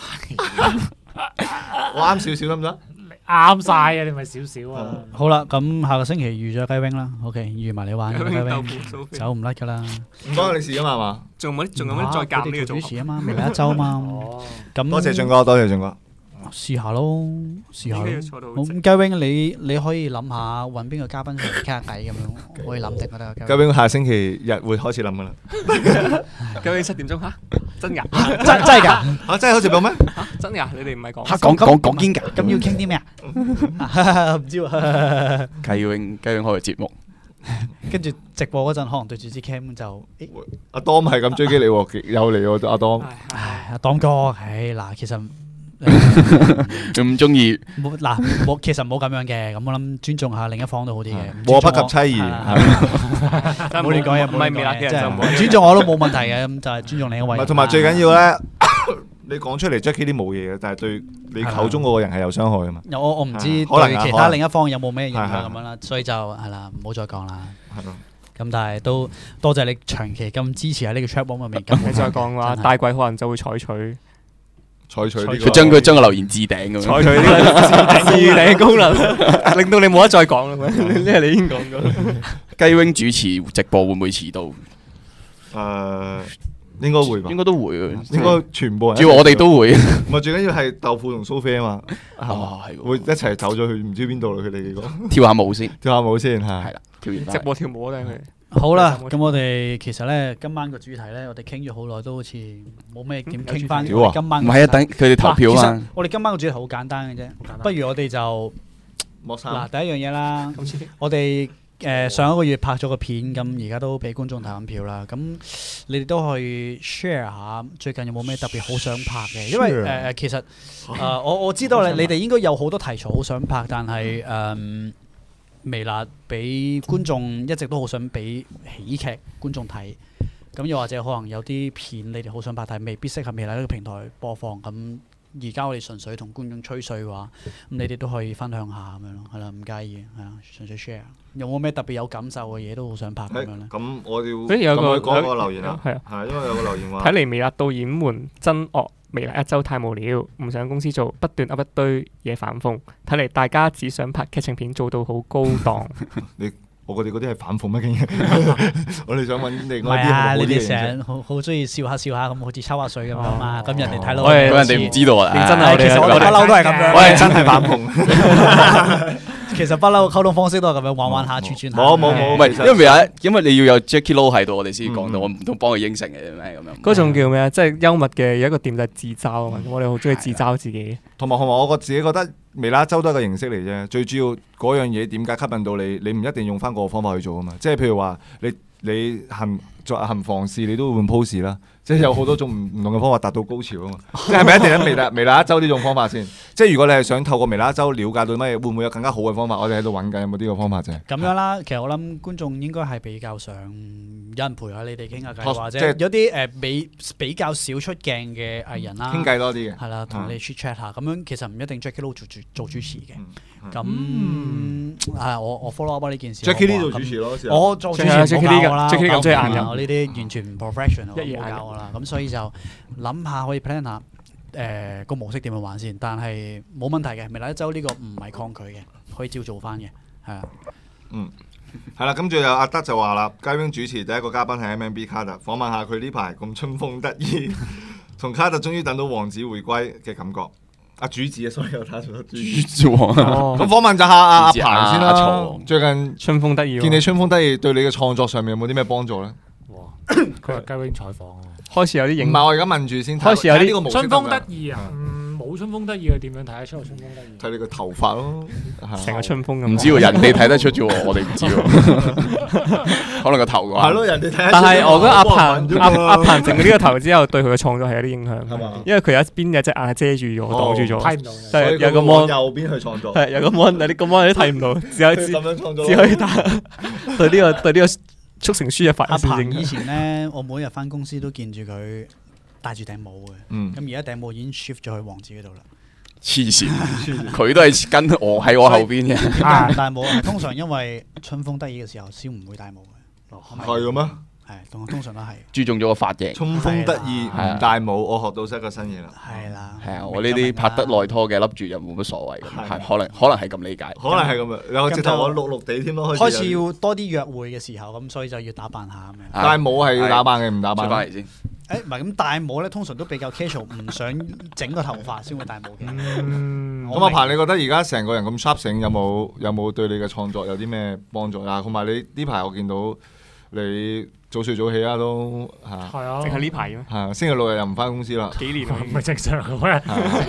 我啱少少得唔得？啱晒啊！你咪少少啊。好啦，咁下個星期預咗雞 wing 啦，OK，預埋你玩嘅雞豆 wing，腐蘇菲，走唔甩噶啦。唔關你事啊嘛，係嘛？仲有冇啲仲有冇啲再啊夾佢呢哋個做組主合持？啊嘛，未嚟一周嘛。哦，咁多謝俊，哥，多謝俊哥。試下咯，試下應該咯要。坐到好好咁直。雞 wing，你你可以諗下揾邊個嘉賓上嚟傾下偈咁樣，可以諗定噶啦。究竟下星期日會開始諗噶啦？究竟七點鐘嚇？真㗎？ 真真係㗎，啊，真係開始諗咩？嚇真㗎？你哋唔係講嚇講講講堅㗎。咁要傾啲咩 啊？唔知 喎。雞 wing 雞 wing 開個節目，跟住直播嗰陣，可能對住支 cam 就，咦阿 Dom 係咁追擊你喎， 又嚟喎，阿 Dom。唉唉，阿當哥，唉嗱，其實。唔中意冇嗱冇，其實冇咁樣嘅，咁我諗尊重下另一方都好啲嘅。禍不及妻兒啊係啦真係冇亂講嘢，唔係未辣嘅嘅，人就唔好係尊重我都冇問題嘅，咁就係尊重另一唔位。係同埋最緊要咧， 你講出嚟 Jackie 啲冇嘢嘅，但係對你口中嗰個人係有傷害噶嘛。有我我唔知係可能對啊其可他能另一方有冇咩影響係係咁樣啦，所以就係啦，唔好再講啦。係咯，咁但係都多謝你長期咁支持喺呢個 chat room 入面。咁你再講嘅話，真係大貴可能就會採取採取呢個哦佢將佢將個留言置頂咁樣。採取呢個置頂功能， 令到你冇得再講 啦。呢係你已經講咗。雞 wing 主持直播會唔會遲到？ 誒應該會吧應，該都會嘅，應該全部人只要我哋都會。 唔係最緊要係豆腐同蘇菲啊嘛，哦，係會喎一齊走咗去唔知邊度啦，佢哋幾個跳下舞先，跳下舞先嚇係。啦，跳完直翻嚟播跳舞啊，定係好啦，有冇咁我哋其實咧今晚個主題咧，我哋傾咗好耐，都好似冇咩點傾翻。嗯有主題今晚唔個係啊，主題等佢哋投票啊嗱其實嘛。我哋今晚個主題好簡單嘅啫，不如我哋就莫生嗱第一樣嘢啦，我哋誒上一個月拍咗個片，咁而家都俾觀眾投緊票啦。咁你哋都可以 share 下最近有冇咩特別好想拍嘅？因為 Share 誒、呃其實誒、呃我我知道你你哋應該有好多題材好想拍，但係誒、嗯微辣俾觀眾一直都好想俾喜劇觀眾睇。咁又或者可能有啲片你哋好想拍，但係未必適合微辣呢個平台播放。咁而家我哋純粹同觀眾吹水嘅話，咁你哋都可以分享下咁樣咯，係啦，唔介意，係啊，純粹 share。有冇咩特別有感受嘅嘢都好想拍咁樣咧？咁我哋所以有咁個我講個留言啊，係啊係因為有個留言話睇嚟微辣導演們真惡，微辣一周太無聊，唔想公司做，不斷噏一堆嘢反諷。睇嚟大家只想拍劇情片，做到好高 檔。我哋嗰啲係反諷乜嘅嘢，我哋想揾另唔外係啲啊！好你啲哋嘅成嘢。日好好中意笑下笑下咁，好似抽下水咁樣嘛。哦咁人哋睇到我哋咁人哋唔知道啊，認真啊唉係其實我哋我不哋嬲都係咁樣。我係真係反 諷，其實不嬲溝通方式都係咁樣玩玩下、哦冇串串下。冇冇唔冇係，因為啊，因為你要有 Jackie Lou 喺度，我哋先講到，嗯我唔通幫佢應承嘅咩咁樣？嗰種叫咩啊？即係幽默嘅有一個點就係自嘲啊嘛。我哋好中意自嘲自己。同埋同埋，我個自己覺得微辣周都係一個形式嚟啫。最主要嗰樣嘢點解吸引到你？你唔一定用翻嗰個方法去做啊嘛。即係譬如話，你你行作行房事，你都會換 pose 啦。即係有好多種唔 唔同嘅方法達到高潮啊嘛。即係咪一定喺微 辣微辣一周呢種方法先？即係如果你係想透過微辣一周了解到乜嘢，會唔會有更加好嘅方法？我哋喺度揾緊有冇呢個方法啫。咁樣啦，其實我諗觀眾應該係比較想有人陪下你哋傾下偈，哦或者即係有啲誒比比較少出鏡嘅藝人啦，傾偈多啲嘅。係啦，同你 chat chat 下，咁樣其實唔一定 Jackie Lou 做主做主持嘅嗯。嗯咁啊，我我 follow up 呢件事 Jackie 呢好唔度好啊主咁持咯，試下我做主持唔好啊 Jackie 教我啦 Lee 咁 Jackie Lee 咁中意硬人，入我呢啲完全唔 professional，一唔嘢硬好入教我啦。咁所以就諗下可以 plan 下誒呃個模式點樣玩先，但係冇問題嘅。未來一周呢個唔係抗拒嘅，可以照做翻嘅，係啊。係啦，咁仲有阿德就話啦，嘉賓主持第一個嘉賓係 MMB 卡特，訪問下佢呢排咁春風得意， 同卡特終於等到王子回歸嘅感覺。阿主子啊，sorry，我打錯咗主子。啊 咁咁訪問就下阿阿主子彭啊先啦阿曹。最近哦春風得意喎，見你春風得意，對你嘅創作上面有冇啲咩幫助咧？哇！佢話雞 wing 採訪啊，開始有啲唔影係，我而家問住先。開始有啲睇呢個模式春風得得唔意啊啊，嗯，冇春風得意佢點樣睇得出我春風得意？得睇你個頭髮咯，成個春風咁。唔知喎，人哋睇得出 啫喎，我哋唔知喎，可能個頭啩。係咯，人哋睇得出。但係 我覺得阿彭阿阿阿彭整咗呢個頭之後，對佢嘅創作係有啲影係嘛響，因為佢有一邊有隻眼係遮住咗，哦擋住咗睇，唔到嘅。係有個往 mon，右邊去創作，係有個 mon，但係你個 mon 你都睇唔到，只有佢只咁樣創作只咯可。以打對呢個對呢個速成書嘅發阿音先彭以影響。前咧，我每日翻公司都見住佢戴住頂帽嘅，嗯，咁而家頂帽已經 shift 咗去王子嗰度啦。黐線，佢都係跟我喺我後邊嘅。但係戴帽係通常因為春風得意嘅時候先唔會戴帽嘅，哦係嘅咩？係通通常都啊係。注重咗個髮型。春風得意係啊唔戴帽，我學到一個新嘢啦。係啦，係啊，我呢啲拍得耐拖嘅笠住又冇乜所謂係咁，係可能可能係咁理解。可能係咁樣，有咁直頭就我綠綠地添咯，開開始始有。要多啲約會嘅時候，咁所以就要打扮下咁樣。但係冇係要打扮嘅，唔打啊出扮。翻嚟先，誒唔係咁戴帽咧，通常都比較 casual，唔想整個頭髮先會戴帽嘅。嗯啊咁阿彭，你覺得而家成個人咁 sharp 醒，有冇有冇對你嘅創作有啲咩幫助啊？同埋你呢排我見到你早睡早起啦，都嚇係啊，淨係呢排嘅咩？嚇，星期六日又唔翻公司啦。幾年唔啊係正常 嘅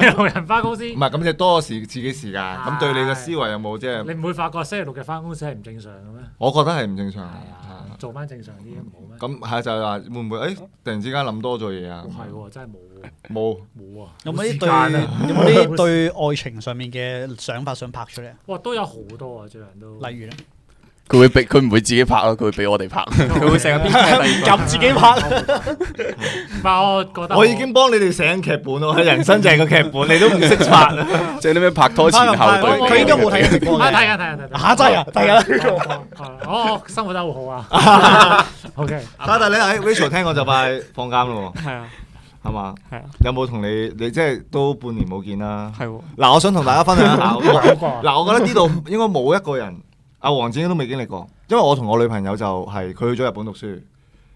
人，有人翻公司，唔係咁，你多時自己時間，咁對你嘅思維有冇即你係？唔會發覺星期六日翻公司係唔正常嘅咩？我覺得係唔正常。係啊嚇，做翻正常啲唔好咩？咁係就係話會唔會誒突然之間諗多咗嘢啊唔？係喎，真係冇喎，冇，冇啊！有冇冇時間啲對啊有冇啲對愛情上面嘅想法想拍出嚟啊？哇，都有好多啊，最近都例如咧，佢會俾佢唔會自己拍咯，佢會俾我哋 拍。佢會成日編劇第二個自己拍。啊 唔係，我覺得我已經幫你哋寫劇本咯，人生就係個劇本，你都唔識拍。即係啲咩拍拖前後對比。佢應該冇睇過直我播 啊，嘅。睇緊睇緊睇緊。啊真係啊，係啊。我我生活得好好啊。OK， 但係你喺 Rachel 聽講就快放監咯係啊，喎，係嘛？係啊，有冇同你你即係都半年冇見啦？係喎。嗱，我想同大家分享一下，講過啊嗱，我覺得呢度應該冇一個人，阿黃子英都未經歷過，因為我同我女朋友就係佢去咗日本讀書，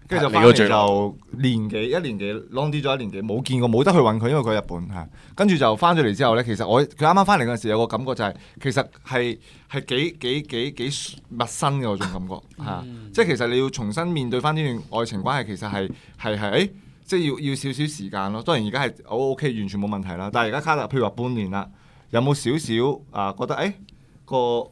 跟住就你翻個嚟最就年幾一年幾 long 啲咗一年幾，冇見過冇得去揾佢，因為佢喺日本嚇。跟住就翻咗嚟之後呢，其實我佢啱啱翻嚟嗰陣時有個感覺就係、其實係係幾幾幾幾陌生嘅嗰種感覺嚇，即係其實你要重新面對翻呢段愛情關係，其實係係係誒。欸即係要要少少時間咯，當然而家係我 OK 完全冇問題啦。但係而家卡特譬如話半年啦，有冇少少啊覺得誒、欸、個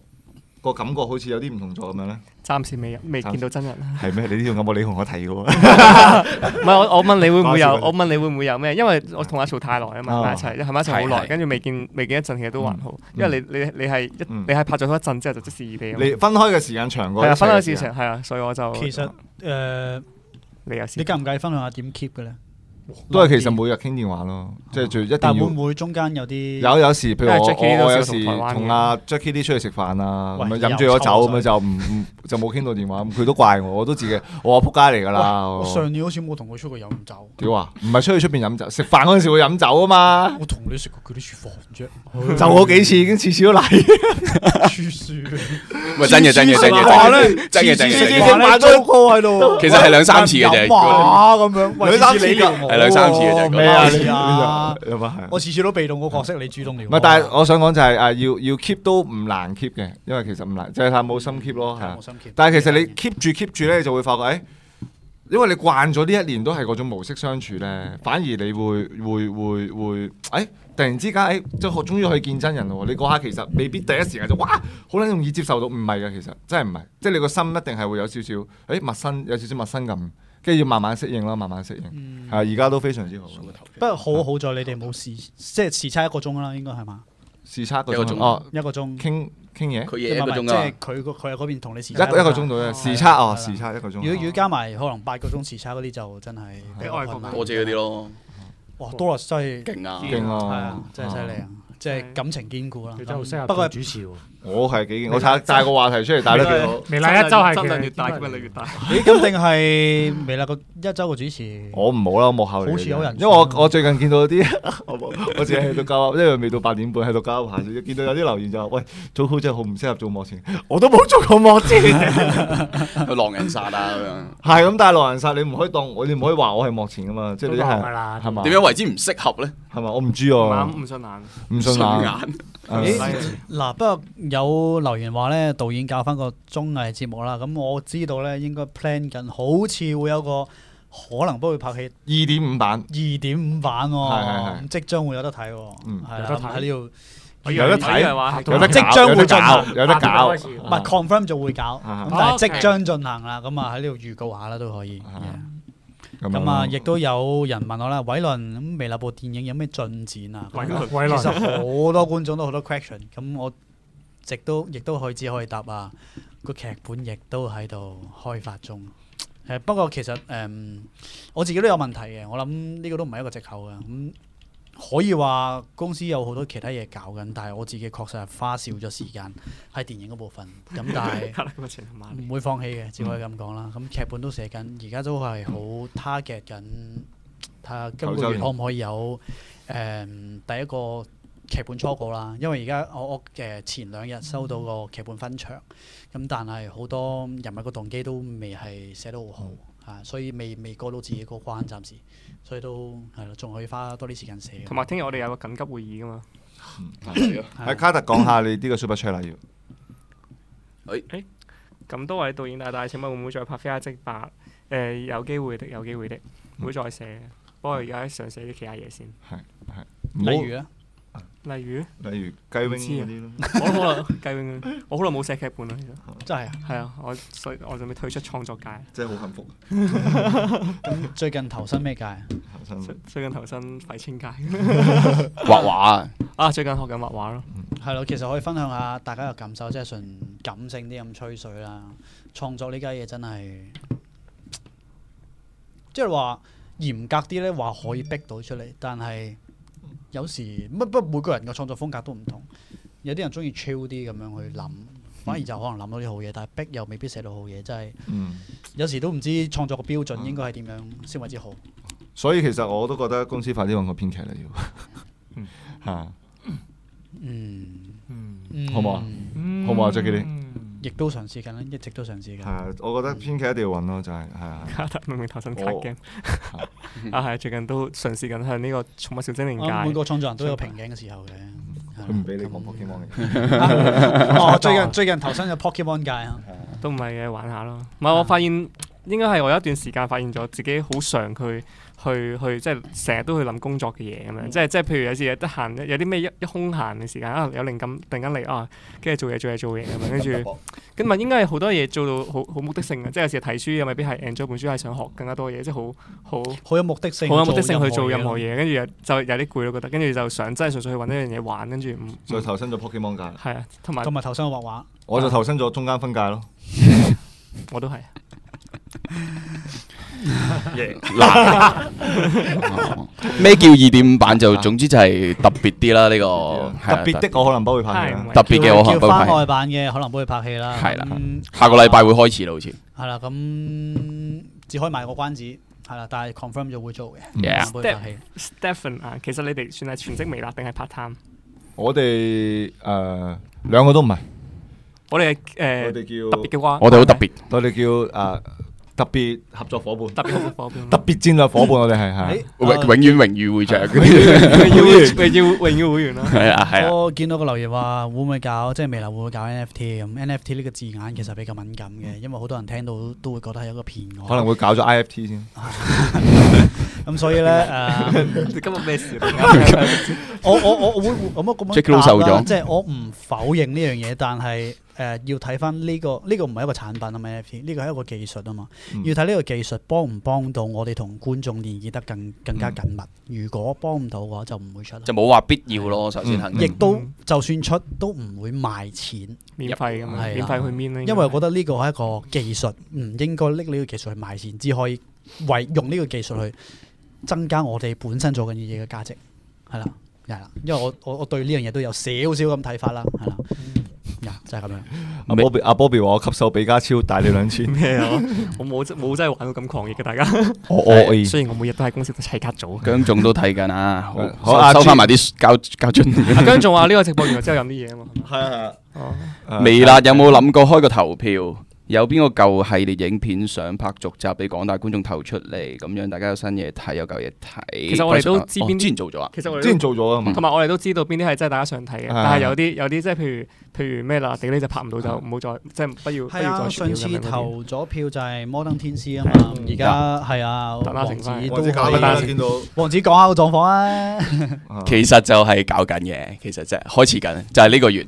個感覺好似有啲唔同咗咁樣咧？暫時未有未見到真人啊。係咩？你呢種感覺你同我睇嘅喎，唔係我我問你會唔會有講笑我問你會唔會有咩？因為我同阿曹太耐啊嘛，啊埋一齊係咪一齊好係耐？係跟住未見未見一陣，其實都還好。因為你你你係一嗯你係拍咗一陣之後就即時異地咁。你分開嘅時間長過係一啊，齊分開嘅事情間係啊，所以我就其實誒，你有事你介唔介意分享下點 keep 嘅咧？都係其實每日傾電話哦咯，即係最一定但會唔要。會中間有啲有有時譬如因為我 Jackie 我都我有成時日同台灣嘅同阿 Jackie 啲出去食飯啊，咁喂樣飲醉咗酒咁樣就唔唔就冇傾到電話，咁佢都怪我，我都自己我話撲街 嚟㗎啦。喂我我上年好似冇同佢出過飲酒，屌啊！唔係出去出邊飲酒，食飯嗰陣時會飲酒啊嘛，我同你食過佢啲廚房啫，嗯就嗰幾次已經次次都 嚟。黐線。喂，真嘅真嘅真嘅 話咧真嘅真嘅真嘅真嘅。晚都過喺度其實係兩三次嘅啫哇咁樣，兩三次你係兩三次嘅啫咩啊啊？你你有啊乜係？我次次都被動個角色，你主動了。唔係，但係我想講就係誒，要啊要 keep 都唔難 keep 嘅，因為其實唔難，就係太冇心 keep 咯，係啊我。嗯心 keep 但係其實你 keep 住 keep 住咧，就會發覺誒、哎因為你慣咗呢一年都係嗰種模式相處咧，反而你會會會會誒、哎突然之間誒，即係我終於去見真人咯喎！你嗰下其實未必第一時間就哇，好撚容易接受到，唔係嘅，其實真係唔係，即係你個心一定係會有少少誒陌生，有少少陌生感，跟住要慢慢適應咯，慢慢適應。嗯係啊而家都非常之好，嗯不過好好在你哋冇時，即係時差一個鐘啦，應該係嘛？視察一嗰個種鐘哦，一個鐘，傾傾嘢佢即嘢係一唔個係鐘即係啊，佢個佢喺嗰邊同你時一差個一個鐘到啦咧，時差哦，係啦時差一個鐘。如果如果加埋可能八個鐘時差嗰啲就真係比外國多謝嗰啲，咯，哇，Doris 真係勁啊！勁係啊啊，，真係犀利啊！哦即係感情堅固啦。佢真係好適合不做過主持喎。我係幾件，我帶帶個話題出嚟，帶得幾好。未來一周係質量嘅越大，吸引力越大。咦，咁定係未啦個一周個主持？我唔好啦，我幕後嚟嘅好似有人因為我我最近見到啲， 我冇我自己喺度交，因為未到八點半喺度交下， 見到有啲留言就話：喂，早好真係好唔適合做幕前，我都冇做過幕前。佢狼人殺啊係咁，但係狼人殺你唔可以當，我你唔可以話我係幕前噶嘛，即係你一都係啦係係嘛咁樣，？點樣為之唔適合咧？係嘛？我唔知唔啊啱，唔順眼。唔信啊眼。眼，啊咦係嗱，不過有留言話咧，導演搞翻個綜藝節目啦。咁我知道咧，應該 plan 緊，好似會有個可能幫佢拍戲二點五版，二點五版喎、係係係咁即將會有得睇喎、嗯係啦有得睇咁喺呢度我以為有得睇我以為話有得搞即將會有得搞進，行有得搞八點開始。唔係 confirm 就會搞，啊咁但係 OK 即將進行啦。咁啊喺呢度預告下啦都可以。啊 Yeah 咁樣咁咯啊，亦都有人問我啦，偉倫咁未立部電影有咩進展啊？偉咁倫啊偉倫其實好多觀眾都好多 question，咁我直都亦都可以只可以答啊。個劇本亦都喺度開發中。誒不過其實誒、嗯我自己都有問題嘅，我諗呢個都唔係一個藉口嘅。啊咁、可以話公司有好多其他嘢搞緊，但係我自己確實係花少咗時間喺電影嗰部分。咁但係。卡拉咁嘅情同埋唔會放棄嘅，只可以咁講啦。咁劇本都寫緊，而家都係好 target 緊，睇下今九周個月年可唔可以有誒、第一個劇本初稿啦。因為而家我我誒、前兩日收到個劇本分場，咁但係好多人物個動機都未係寫得好好。啊，所以未未過到自己個關，暫時，所以都係咯，仲可以花多啲時間寫。同埋聽日我哋有個緊急會議噶嘛。嗯啊係卡特講下你呢個 super chat 啦，要咁多位導演大大，啊請問會唔會再拍《非黑即白》？誒，有機會的，有機會的，唔會再寫。不過而家想寫啲其他嘢先，例例如咧，如 例如雞 wing 啊知嗰啊啲咯。 我都好耐計永遠，我好耐冇寫劇本啦。其實真係啊！係啊，我所以我準備退出創作界。真係好幸 福，咁最近投身咩界啊？真係最最近投身廢青界 畫畫啊，啊，最近學緊畫畫咯。 係咯，其實可以分享下大家嘅感受，即係純感性啲咁吹水啦。創作呢家嘢真係，即係話嚴格啲咧，話可以逼到出嚟，但係有時乜不每個人嘅創作風格都唔同，有啲人中意 chill 啲咁樣去諗。反而就可能諗到啲好嘢，但係逼又未必寫到好嘢，真係嗯，有時都唔知創作嘅標準應該係點樣先為之好。所以其實我都覺得公司快啲揾個編劇啦，要 嚇嗯，好唔好啊嗯好唔好啊，Jackie Lee？亦都嘗試緊啦，一直都嘗試緊。係啊，我覺得編劇一定要揾咯，就係係啊，卡特明明投身卡我 game 哦 啊，係最近都嘗試緊向呢個寵物小精啊每靈界個創作人都有瓶頸嘅時候嘅。嗯佢唔俾你講 Pokemon 嘅。 哦，最近最近投身咗 Pokemon 界啊，都唔係嘅，玩下咯。唔係我發現應該係我有一段時間發現咗自己好常去去去即係成日都去諗工作嘅嘢咁樣，即係即係譬如有時得閒有啲咩一一空閒嘅時間啊，有靈感突然間嚟啊，跟住做嘢做嘢做嘢咁 樣，跟住跟住咪應該係好多嘢做到好好目的性嘅，即係有時睇書又未必係哎 enjoy 本書，係想學更加多嘢，即係好好。好有目的性，好有目的性去做任何嘢。嘢，跟住有就有啲攰咯，覺得跟住就想真係純粹去揾一樣嘢玩，跟住唔就投身咗 Pokemon 界啦，係啊，同埋同埋投身去畫畫，我就投身咗中間分界咯。我都係咩叫二點五版就總之就係特別啲啦，呢哦個特別的我可能不會拍戲係啦啊唔。特係？別嘅我可能叫不翻係外版嘅，可能幫佢拍戲啦。係啦咁下個禮拜會開始啦，好似係啦，咁只可以賣個關子，係啦，但係 confirm 咗會做嘅。 Yeah 幫佢拍戲 Stephen 啊，其實你哋算係全職微辣定係 part time？我哋誒兩個都唔係，我哋我誒哋特叫別嘅話，我哋好特別，我哋叫誒特別合作伙伴，特別哎好嘅火標特別戰略伙伴，我哋係啊係。永誒永遠榮譽會長要 要榮耀會員啦。係啊係啊，我見到個留言話會唔會搞，即係未來會唔會搞 NFT 咁？NFT 呢個字眼其實比較敏感嘅，因為好多人聽到都會覺得係一個騙案。可能會搞咗 IFT 先，咁所以咧誒，你今日咩事？我我我我會我乜咁 Jacky Lou 樣瘦答啦咗即係我唔否認呢樣嘢，但係誒要睇翻呢個呢個唔係一個產品啊嘛，NFT 呢個係一個技術啊嘛，嗯要睇呢個技術幫唔幫到我哋同觀眾連結得更更加緊密。如果幫唔到嘅話，就唔會出啦。就冇話必要咯。首先肯亦定都嗯就算出都唔會賣錢，免費咁樣，啊係免啦費去面啦。因為我覺得呢個係一個技術，唔應該拎呢個技術去賣錢，只可以為用呢個技術去增加我哋本身做緊嘅嘢嘅價值，係啦，係啦，因為我我我對呢樣嘢都有少少咁睇法啦，係啦，呀就係咁樣。嗯阿 Bobby 阿 Bobby 話我吸收比家超大你兩千，咩啊？我冇真冇真係玩到咁狂熱嘅大家。 我我 雖然我每日都喺公司度砌卡 組。姜總都睇緊啊，好好阿收收 G 翻埋啲膠膠阿樽。姜仲話呢個直播完咗之後飲啲 嘢啊嘛。係啊哦，微辣有冇諗過開個投票？有邊個舊系列影片想拍續集俾廣大觀眾投出嚟？咁樣大家有新嘢睇，有舊嘢睇。其實我哋都知邊啲哦之前做咗啊，其實我之前啊哋都做咗啊嘛，同埋我哋都知道邊啲係真係大家想睇嘅，係但係有啲有啲即係譬如譬如咩啦，地呢就拍唔到啊就唔好再即係不要不係要再啊，出票上咁次樣嗰啲。投咗票就係摩登天師啊係嘛啊，而家係啊，特拉王成子班都我知搞緊啦，係見到王子講下個狀況啊，啊哦其實就係搞緊嘅，其實即係開始緊，就係、呢個月。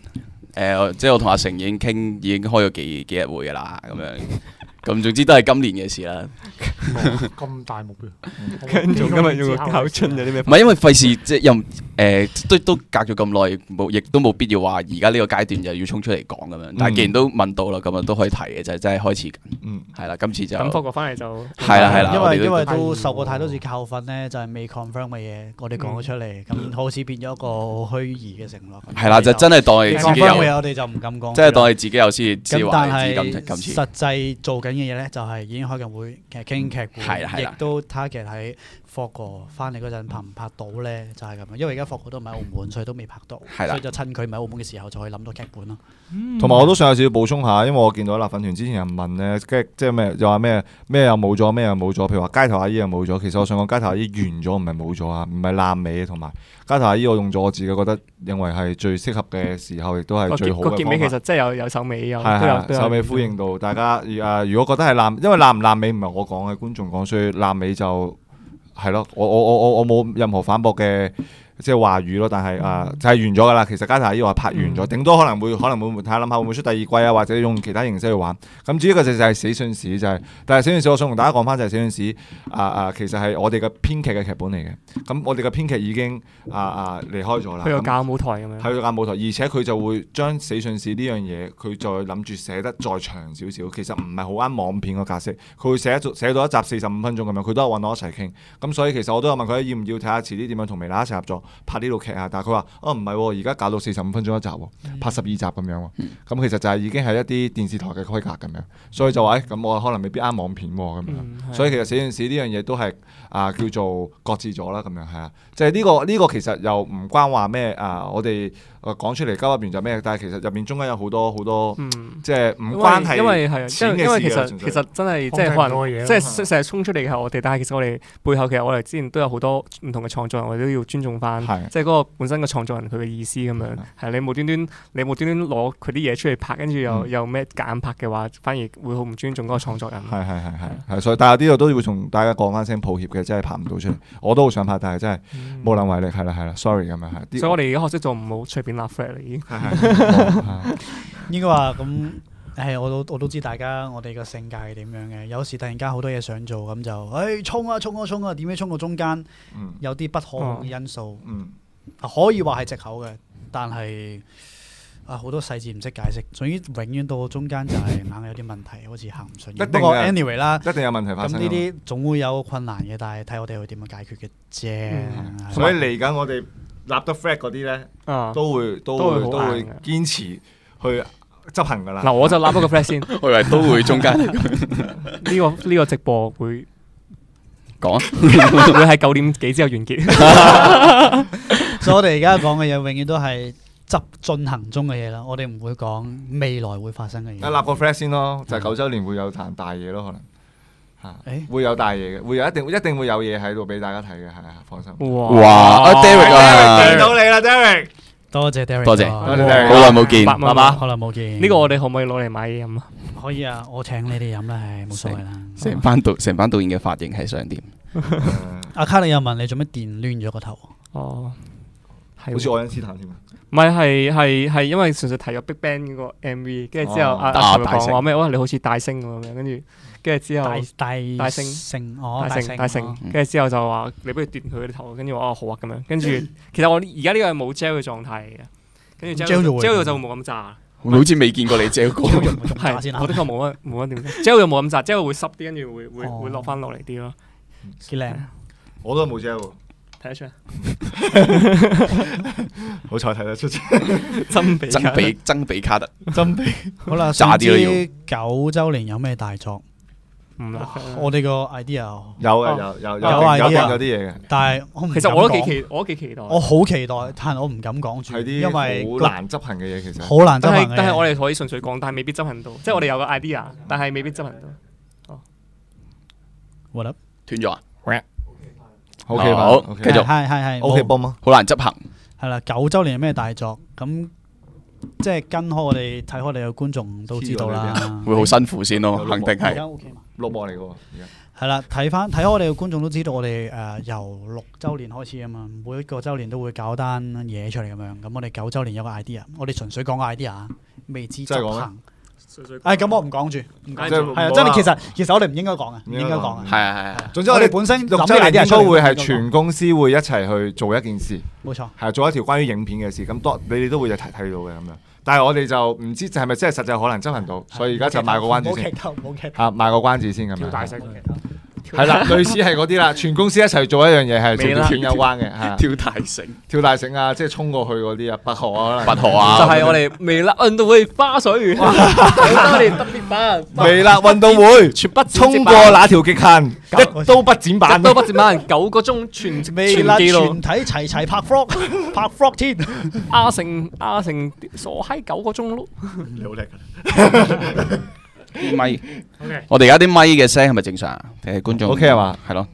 誒、我即係我同阿成已經傾，已經開咗幾幾日會噶啦，咁樣。咁總之都係今年嘅事啦，咁大目標，跟住今日用個膠啊樽有啲咩唔？係因為費事即係又誒、都都隔咗咁耐，冇亦都冇必要話而家呢個階段就要衝出嚟講咁樣。但係既然都問到啦，咁啊都可以提嘅，就係真係開始緊，嗯係啦。今次就咁復過翻嚟就係啦係啊啦因我哋為都因為都受過太多次教訓咧，就係未 confirm 嘅嘢，我哋講咗出嚟，嗯咁好似變咗一個好虛擬嘅承諾。啊係啦，就真係當你自己 confirm 嘅有，嘢，我哋就唔敢講。真係當你自己有先至啊咁，話但你係知今次今次實際做緊嘅嘢咧，就係已經開緊會，其實傾劇嗯係啦係本，亦啦都 target 喺霍哥翻嚟嗰陣拍唔拍到咧，就係咁樣。因為而家霍哥都唔喺澳門，所以都未拍到，係啦所以就趁佢唔喺澳門嘅時候，就可以諗到劇本咯。嗯同埋我都想有少少補充下，因為我見到辣粉團之前有人問咧，跟住即係咩又話咩咩又冇咗，咩又冇咗，譬如話街頭阿姨又冇咗。其實我想講街頭阿姨完咗，唔係冇咗啊，唔係爛尾，同埋街頭阿姨我用咗我自己覺得認為係最適合嘅時候，亦都係個最結好個嘅結尾其方法。實即係有有首尾有都有係係都有首尾呼應到大家誒、呃如果覺得係爛，因為爛唔爛尾唔係我講嘅，觀眾講，所以爛尾就係咯，我我我我我冇任何反駁嘅誒、即係話語咯。但係啊，嗯就係完咗㗎啦。其實加泰呢個係拍完咗，頂多可能會可能會睇下諗下會唔會出第二季啊，或者用其他形式去玩。咁至於一個就就係死訊史，就係、但係死訊史，我想同大家講翻就係死訊史啊啊，其實係我哋嘅編劇嘅劇本嚟嘅。咁我哋嘅編劇已經啊啊離開咗啦。去個咁教舞台咁樣。喺佢間舞台，而且佢就會將死訊史呢樣嘢，佢再諗住寫得再長少少。其實唔係好啱網片個格式，佢會寫一做寫到一集四十五分鐘咁樣，佢都有揾我一齊傾。咁所以其實我都有問佢要唔要睇下遲啲點樣同微辣一齊合作拍呢套劇啊，但係佢話哦唔係喎，而家搞到四十五分鐘一集喎，拍十二集咁樣喎。咁其實就係已經係一啲電視台嘅規格咁樣，所以就話誒咁我可能未必啱網片喎咁樣。嗯係所以其實死陣時呢樣嘢都係啊叫做擱置咗啦，咁樣係啊，即係呢個呢、個其實又唔關話咩啊，我哋誒講出嚟交入邊就咩，但係其實入邊中間有好多好多嗯，即係因唔為關係因為係錢啊，因為因為嘅其事啊，實純其粹實真係即係控制唔到可能嘅嘢咯啊即係成日衝出嚟嘅係我哋，但係其實我哋背後其實我哋之前都有好多唔同嘅創作人，我哋都要尊重翻係，即係嗰個本身嘅創作人佢嘅意思咁樣。係你無端端你無端端攞佢啲嘢出嚟拍，跟住又嗯又咩夾硬拍嘅話，反而會好唔尊重嗰個創作人。係係係係係，所以但係呢度都會同大家講翻聲抱歉嘅，真係拍唔到出嚟，我都好想拍，但係真係嗯無能為力，係啦係啦，sorry 咁樣係。啲所以我哋而家學識做唔好隨便立 flag 啦，已經。應該話咁係我都我都知大家我哋個性格係點樣嘅。有時突然間好多嘢想做，咁就誒衝啊衝啊衝啊，點樣衝到中間嗯有啲不可控嘅因素，嗯啊可以話係藉口嘅，但係啊好多細節唔識解釋，總之永遠到中間就係硬係有啲問題，好似行唔順一定嘅。不過嘅 anyway 啦。嗯一定有問題發咁生。啊呢啲總會有困難嘅，但係睇我哋會點樣解決嘅啫。係嗯所以嚟緊我哋立得 flag 嗰啲咧，啊，都會都都會會好都會硬嘅堅持去執行㗎啦。嗱我就立咗個 flag 先， 呢我以為都會中間個呢個直播會講啊。會喺九點幾之後完結。所以我哋而家講嘅嘢，永遠都係執進行中嘅嘢啦。我哋唔會講未來會發生嘅啊，嘢。立個 flag 先咯，就係九週年會有壇大嘢咯，可能嚇誒會有大嘢嘅，會有一定一定會有嘢喺度俾大家睇嘅，係啊，放心。哦哇！啊 Oh, Derek 見啊，到你啦，Derek，多謝 Derek，多謝哥 Oh, 多謝 Derek 好耐冇見，八蚊爸爸好耐冇見。呢個我哋可唔可以攞嚟買嘢飲啊？可以啊，我請你哋飲啦，係冇所謂啦。成班導成班導演嘅髮型係想點？阿卡你又問你做咩電攣咗個頭？哦，係好似喎。愛因斯坦添啊！唔係係係係因為純粹提咗 BigBang 嗰個 MV，跟住之後哦阿大阿佢大聲講話咩？哇！你好似大聲咁樣，跟住跟住之後大。大大聖聖哦，大聖成大成哦，跟住之後就話你不如斷佢啲頭，跟住我哦好啊咁樣，跟住嗯其實我而家呢個係冇 gel 嘅狀態嚟嘅，跟住 gel gel 就會 gel 咗就冇咁炸，我好似未見過你遮過。 用用打先係啊我的確冇乜冇乜點 gel 就冇咁炸，gel 會濕啲，跟住會會哦會落翻落嚟啲 咯，幾靚。我都冇 gel 喎，睇得出 好彩睇得出啫。真比曾 比曾比卡特， 好啦，炸總啲啦要之九周年有咩大作？唔啦。我哋個 idea，有嘅，有有有啊有有有啊有啲嘢嘅，但係我唔其實敢我都幾講期我都幾期待，我好期待，但係我唔敢講住，係因為啲個好難執行嘅嘢其實。好難執但行係嘅。但係我哋可以純粹講，但係未必執行到，即係我哋有個 idea，但係未必執行到。 What up？斷咗啊！好嘅，好，OK 繼續係係係。 OK 冇幫啊！好難執行。係啦，九周年係咩大作？咁即係跟開我哋睇開我哋嘅觀眾都知道啦。啊會好辛苦先咯，有肯定而係家 OK 嘛？綠幕嚟嘅喎，而家係啦，睇翻睇開我哋嘅觀眾都知道，我哋誒、呃由六周年開始啊嘛，每一個周年都會搞單嘢出嚟咁樣。咁我哋九周年有個 idea，我哋純粹講個 idea，未啊知真係執講咩行。純粹誒咁我唔講住，唔講即係住。係啊，真係其實其實我哋唔應該講嘅，唔應該講嘅。係啊係啊。嗯總之我我哋哋本身六諗週嘅 idea 年出應嚟該會係唔應該講全公司會一齊去做一件事。冇錯。係做一條關於影片嘅事，咁多你哋都會有睇睇到嘅咁樣。但係我哋就唔知係咪真係實際可能執行到，所以而家就賣個關子冇劇先，透，冇劇透。嚇賣個關子先咁跳樣。大聲。係啦，類似係嗰啲啦，全公司一齊做一樣嘢係未啦同片有關嘅，係跳大繩，跳大繩啊，即係衝過去嗰啲啊，拔河啊，拔河 就啊，係我哋微辣運動會花水，好多年特別版，可能微辣運動會，全 不 衝過那條極限， 一刀不剪版。都不折版，九個鐘全全未啦，記錄全。體齊齊拍 frog，拍 frog 天。阿成阿成傻閪九個鐘咯。啲咪。我哋而家啲咪嘅聲係咪正常啊？定係觀 眾 OK 係嘛？係咯，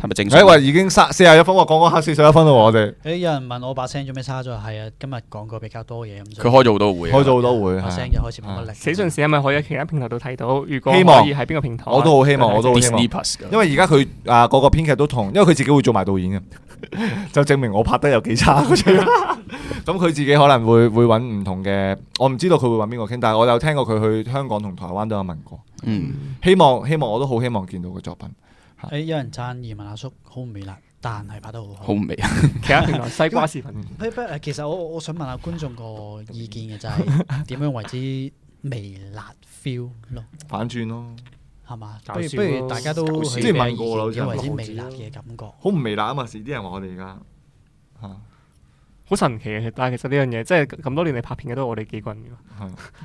係咪正常？誒話已經三四廿一分，哇！講講下四十一分啦喎，我哋誒有人問我把聲做咩差咗？係啊，今日講過比較多嘢咁。佢開咗好多會啊，開咗好多會，把係啊聲就開始冇乜力。死信使係咪可以喺其他平台度睇到？如果可希望以喺邊個平台？我都好希望，我都好希望 Disney。Plus 㗎因為而家佢啊個個編劇都同，因為佢自己會做埋導演嘅， 就證明我拍得有幾差嗰種 咁佢自己可能會會揾唔同嘅，我唔知道佢會揾邊個傾，但係我有聽過佢去香港同台灣都有問過，嗯，希望希望我都好希望見到個作品。誒有人讚移民阿叔好唔美辣，但係拍得好好好。唔味啊！其他平台西瓜 視頻。不不誒其實我我我想問下觀眾個意見嘅就係點樣為之微辣 feel 咯，反轉咯，係嘛？搞不如笑不咯如大家都啊搞笑去之前問過啦好似點為之係微咪辣嘅感 覺？好唔微辣啊嘛！時啲人話我哋而家嚇好神奇嘅，但係其實呢樣嘢，即係咁多年嚟拍片嘅都係我哋幾個 人嘅。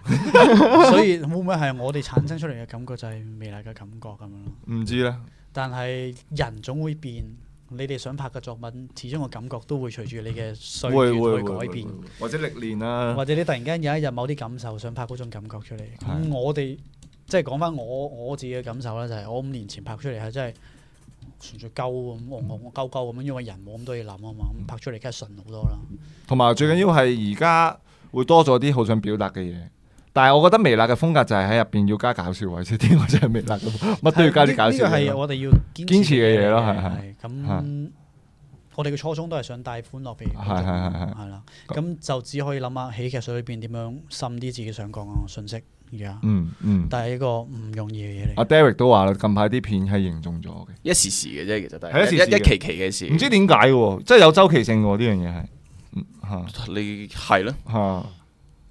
所以會唔會係我哋產生出嚟嘅感覺就係未來嘅感覺咁樣咯？唔知咧，但係人總會變，你哋想拍嘅作品，始終個感覺都會隨住你嘅歲會會月會去改會變，會或者歷練啦，或者你突然間有一日某啲感受想拍嗰種感覺出嚟。咁我哋即係講翻我我自己嘅感受啦，就係我五年前拍出嚟係真係。純粹鳩咁，戇嗯戇鳩鳩咁樣，因為人冇咁多嘢諗啊嘛，咁拍出嚟梗係順好多啦。同埋最緊要係而家會多咗啲好想表達嘅嘢。但係我覺得微辣嘅風格就係喺入邊要加搞笑位先，啲我真係微辣 嘅，乜都要加啲搞笑呢呢個位係。我哋要堅堅持嘅嘢咯嚟係嘅咁。我哋嘅初衷都係想帶歡樂俾觀係眾係係係係啦，咁就只可以諗下喜劇水裏邊點樣滲啲自己想講嘅信息而家，嗯嗯，但係一個唔容易嘅嘢阿嚟。 Derek 都話啦，近排啲片係凝重咗嘅，一時時嘅啫，其實都係係一時一時嘅一期期嘅事。唔知點解嘅，即係有周期性嘅喎呢樣嘢係，你係咯，嚇嗯嚇。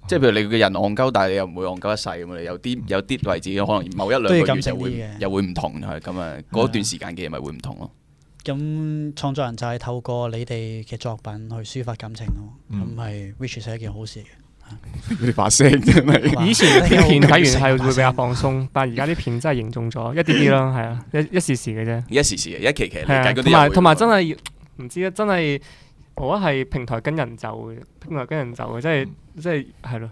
即係譬如你嘅人戇鳩，但係你又唔會戇鳩一世咁啊！有啲有啲位置可能某一兩都要個月感性就啲會嘅又會唔同係咁啊！嗰段時間嘅嘢咪會唔同咯。咁創作人就係透過你哋嘅作品去抒發感情咯，嗯咁係 which 係一件好事 嘅。你把聲啫咪以前啲片睇完係會比較成把聲放鬆，但係而家啲片真係凝重咗一啲啲啦，係啊，一一時時嘅啫。一時時嘅一期期嚟係啊計嗰啲同埋又會同埋真係唔知啊，真係我覺得係平台跟人走嘅，平台跟人走嘅，即嗯係即係係咯。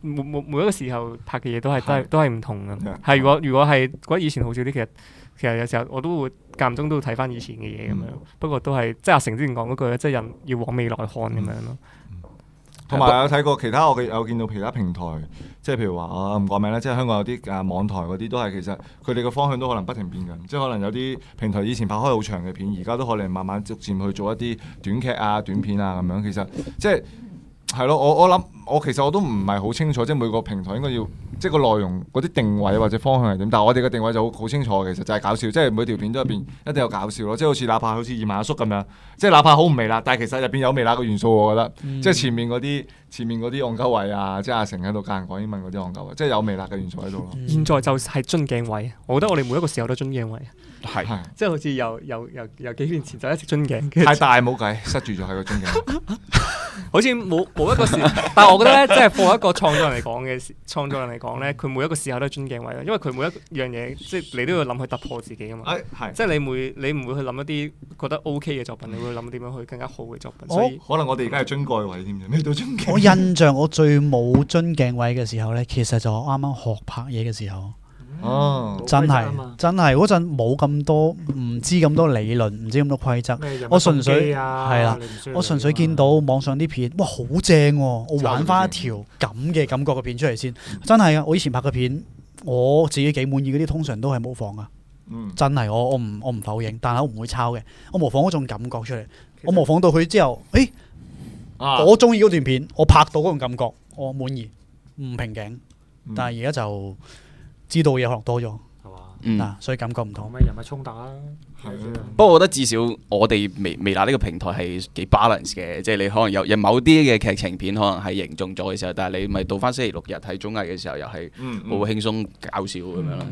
每每每一個時候拍嘅嘢都係都係都係唔同啊嘅。係如果如果係覺得以前好少啲，其實其實有時候我都會間唔中都會睇翻以前嘅嘢咁樣。嗯不過都係即係阿成之前講嗰句啊即係人要往未來看咁樣咯。同埋有睇過其他，我嘅有見到其他平台，即係譬如話啊唔講名啦，即係香港有啲啊網台嗰啲都係其實佢哋嘅方向都可能不停變緊，即係可能有啲平台以前拍開好長嘅片，而家都可能慢慢逐漸去做一啲短劇啊、短片啊咁樣。其實即係係咯，我我諗我其實我都唔係好清楚，即係每個平台應該要即係個內容嗰啲定位或者方向係點，但係我哋嘅定位就好好清楚嘅，其實就係搞笑，即係每條片都入邊一定有搞笑咯，即係好似哪怕好似二萬阿叔咁樣，即係哪怕好唔微辣，但係其實入邊有微辣嘅元素，我覺得。即係前面嗰啲前面嗰啲戇鳩位啊，即係阿成喺度教人講英文嗰啲戇鳩位，即係有微辣嘅元素喺度咯。嗯現在就係樽頸位，我覺得我哋每一個時候都樽頸位，係係即係好似由由由由幾年前就一直樽頸，跟住太大冇計，塞住咗喺個中間。好似冇冇一個時，但係我覺得咧，即係放一個創作人嚟講嘅時創作人嚟講咧，佢每一個時候都係尊敬位咯，因為佢每一樣嘢，即係你都要諗去突破自己啊嘛。誒哎係，即係你每你唔會去諗一啲覺得 OK 嘅作品，你會諗點樣去更加好嘅作品。我所以可能我哋而家係樽蓋位添啫，咩都樽 我蓋。印象我最冇樽鏡位嘅時候呢，其實就我啱啱學拍嘢嘅時候。哦，真規則啊嘛係真係嗰陣冇咁多唔知咁多理論，唔知咁多規則。咩人物我純粹動機啊係啦，你唔嗯需要我純粹理㗎嘛見到網上啲片，哇好正喎！我玩翻一條咁嘅感覺嘅片出嚟先，真係啊！我以前拍嘅片，我自己幾滿意嗰啲，通常都係模仿啊噶，嗯，真係我我唔我唔否認，但係我唔會抄嘅，我模仿嗰種感覺出嚟，我模仿到佢之後，誒、啊我中意嗰段片，我拍到嗰種感覺，我滿意，唔平頸，嗯但係而家就知道嘢可能多咗，係嘛？嗯嗱、所以感覺唔講同。咩人物衝突啊？係啊不過我覺得至少我哋微微辣呢個平台係幾 balance 嘅，即係你可能有有某啲嘅劇情片可能係凝重咗嘅時候，但係你咪到翻星期六日睇綜藝嘅時候，又係嗯好輕鬆搞笑咁樣啦。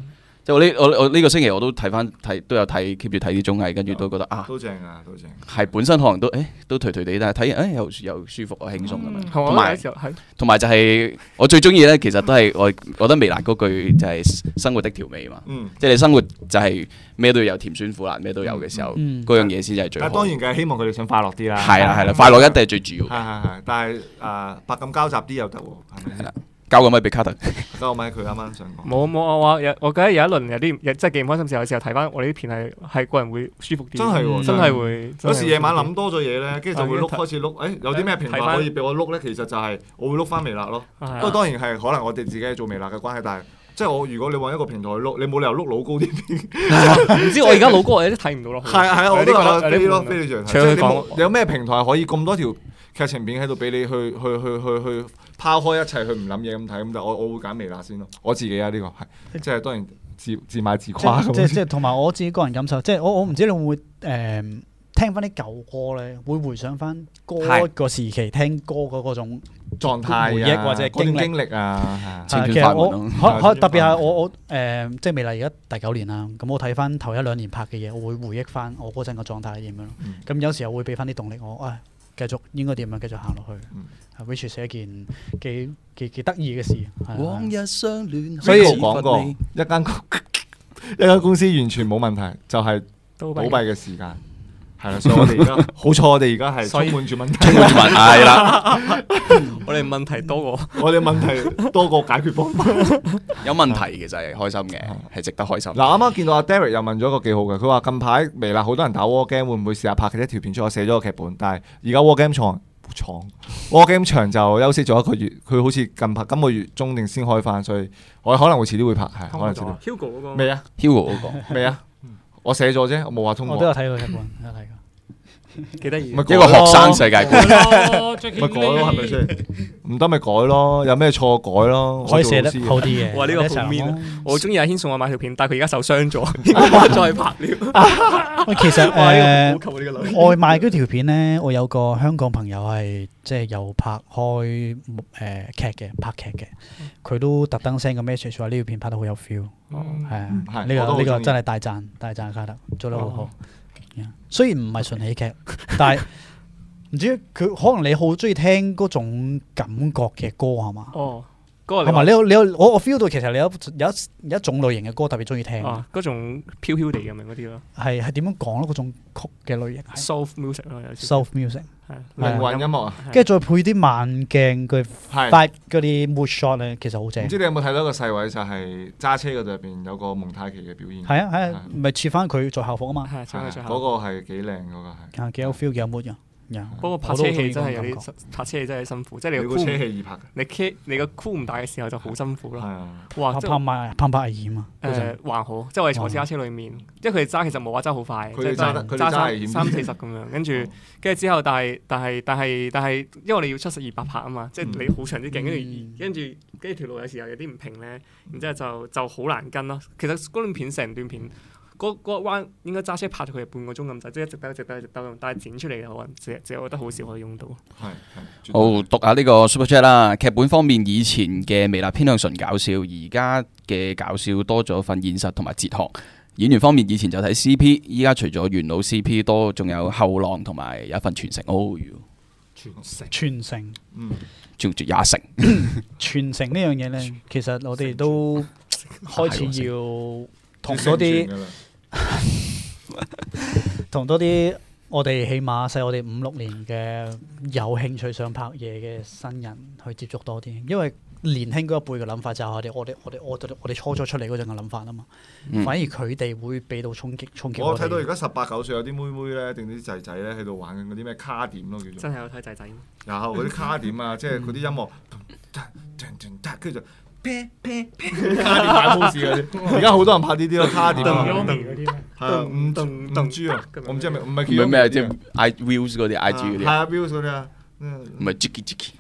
即係我呢我我呢個星期我都睇翻睇都有睇 keep 住睇啲綜藝，跟住都覺得啊都正啊，都正。係本身可能都誒、都頹頹地，但係睇完誒又又舒服啊輕鬆咁嗯樣。同同埋埋有時候係同埋就係、我最中意咧，其實都係我我覺得微辣嗰句就係生活的調味嘛。嗯，即係你生活就係咩都要有甜酸苦辣，咩都有嘅時候，嗯嗰樣嘢先至係最好。啊但係當然啊嘅，希望佢哋想快樂啲啦。係啦係啦，快樂一定係最主要。啊啊係係係，但係誒百感交集啲又得喎，係咪先？交個咪俾卡特，交咪佢啱啱想講。冇冇我話有，我覺得有一輪有啲有真係幾唔開心時候，有時候睇翻我哋啲片係係個人會舒服啲，真係喎真係會。有真係會時夜晚諗多咗嘢咧，跟住就會碌係開始碌，誒有啲咩平睇台返可以俾我碌咧？其實就係我會碌翻微辣咯。係啊不過當然係可能我哋自己做微辣嘅關係，但係即係我如果你揾一個平台去碌，你冇理由碌老高啲片。唔知我而家老哥我有啲睇唔到落去。係啊係啊，我有啲都覺得覺得飛有咯啲悶啊飛常除咗即係你冇講有咩平台可以咁多條劇情片喺度俾你去去去去去拋開一切去唔諗嘢咁睇咁就我我會揀微辣先咯，我自己啊呢個係即係當然自自賣自誇即即咁。即同埋我自己個人感受，即係我我唔知你會唔會誒、聽翻啲舊歌咧，會回想翻歌係個時期聽歌嗰嗰種狀態回啊，憶或者嗰種經歷經歷啊，係啊青啊春其實快我活咯可可青春特別快係活我我誒、即係未嚟而家第九年啦。咁我睇翻頭一兩年拍嘅嘢，我會回憶翻我嗰陣嘅狀態係點樣咯。嗯咁、有時候會俾翻啲動力我，啊、繼續應該點樣繼續行落去。嗯啊 which 係一件幾幾幾得意嘅事。係啊往日相戀，所以我講過一間公 一間公司完全冇問題，就係都倒弊閉嘅時間。係啦，所以我哋而家好彩，我哋而家係所以充滿住問充題，滿住問係啦，我哋問題多過。我哋問題多過解決方法。有問題其實係開心嘅，係值得開心。嗱，啱啱見到阿 Derek 又問咗一個幾好嘅，佢話近排微辣好多人打 War Game，會唔會試下拍嘅一條片出？我寫咗個劇本，但係而家 War Game 場廠 War Game 場就休息咗一個月，佢好似近排今個月中定先開翻，所以我可能會遲啲會拍，係可能遲啲 Hugo 嗰個未啊 Hugo 嗰個未啊，我寫咗啫，我冇話通我都有過，睇過劇本，有睇過。幾得意咪。一個學生世界觀，咪 咪改咯，係咪先？唔得咪改咯，有咩錯改咯，可以我做寫老得師啊嘅好啲嘅。哇呢個我哋一齊好 mean 啊諗咯我中意阿軒送我買條片，但係佢而家受傷咗，應該冇再拍了。喂，其 實哇！誒呢個好級啊，呢個女。外賣嗰條片咧，我有個香港朋友係即係有拍開誒劇嘅，拍劇嘅，嗯佢都特登 send 個 message 話呢條片拍得好有 feel，係 Ờ, 嗯啊，係呢我都好個呢鍾個意真係大讚大讚卡特，哦做得好好。Yeah，雖然唔係純喜劇， 但係唔知佢可能你好中意聽嗰種感覺嘅歌係嘛？哦，嗰個你同話埋你有你有我我 feel 到其實你有有一有一種類型嘅歌特別中意聽，啊，嗰種飄飄地咁樣嗰啲咯係係點樣講咯？嗰種曲嘅類型係，soft music 咯，有少少 soul music。係靈魂音樂啊，跟住再配啲慢鏡佢係。發嗰啲 mood shot 咧，其實好正唔。知你有冇睇到一個細位，就係揸車嗰度入邊有個蒙太奇嘅表演，係啊係啊，咪似翻佢做校服啊嘛，係唱係啊到最嗰後。個係幾靚，嗰個係。啊幾有 feel 幾有 mood 啊。Yeah，不過拍我都車好中戲意真係有嗰種啲拍車戲真係辛苦，即係你你個個 cool 車唔戲易拍嘅，你 K 你個 cool 唔大嘅時候就好辛苦係啦。啊，哇！感覺即拍係埋拍拍危險啊！嗰陣誒還好，即係我哋坐私家車裡面，因為佢哋揸其實冇話揸好快，佢哋即揸係得佢哋揸揸危險三啲哦三四十咁樣，跟住跟住之後，但係但係但係但係，因為你要七十二八拍啊嘛，即係你好長啲鏡，嗯跟住跟住跟住條路有時候有啲唔平咧，然之後就就好難跟咯。其實嗰段片成段片。嗰嗰一彎應該揸車拍咗佢半個鐘咁滯，即係一直兜一直兜一直兜咁，但係剪出嚟嘅可能只只我覺得好少可以用到。係係。絕對好讀下呢個 Super Chat 啦。劇本方面，以前嘅微辣偏向純搞笑，而家嘅搞笑多咗份現實同埋哲學。演員方面，以前就睇 CP，依家除咗元老 CP 多，仲有後浪同埋有一份傳承。哦，傳承嗯，仲仲有一成，傳承呢樣嘢咧，其實我哋都開始要同嗰要宣傳啲㗎啦同多啲我哋起碼細我哋五六年嘅有興趣想拍嘢嘅新人去接觸多啲，因為年輕嗰一輩嘅諗法就係我哋我哋我哋我哋我哋初初出嚟嗰陣嘅諗法啊嘛。嗯反而佢哋會俾到衝擊衝擊我我睇到而哋。家十八九歲有啲妹妹咧，定啲仔仔咧喺度玩緊嗰啲咩卡點咯，叫做真係有睇仔仔。然後嗰啲卡點啊，即係嗰啲音樂，跟住就啤啤啤卡點擺 pose 嗰啲。而家好多人拍呢啲咯，卡點啊，嗰啲咩？係啊五五五 G 啊，我唔知係咪唔係唔係 Kiyomi 咩嗰啲啊即係 I Views 嗰啲 IG 嗰係啲，啊 v i e 嗰啲啊。嗯唔係 Jiki Jiki。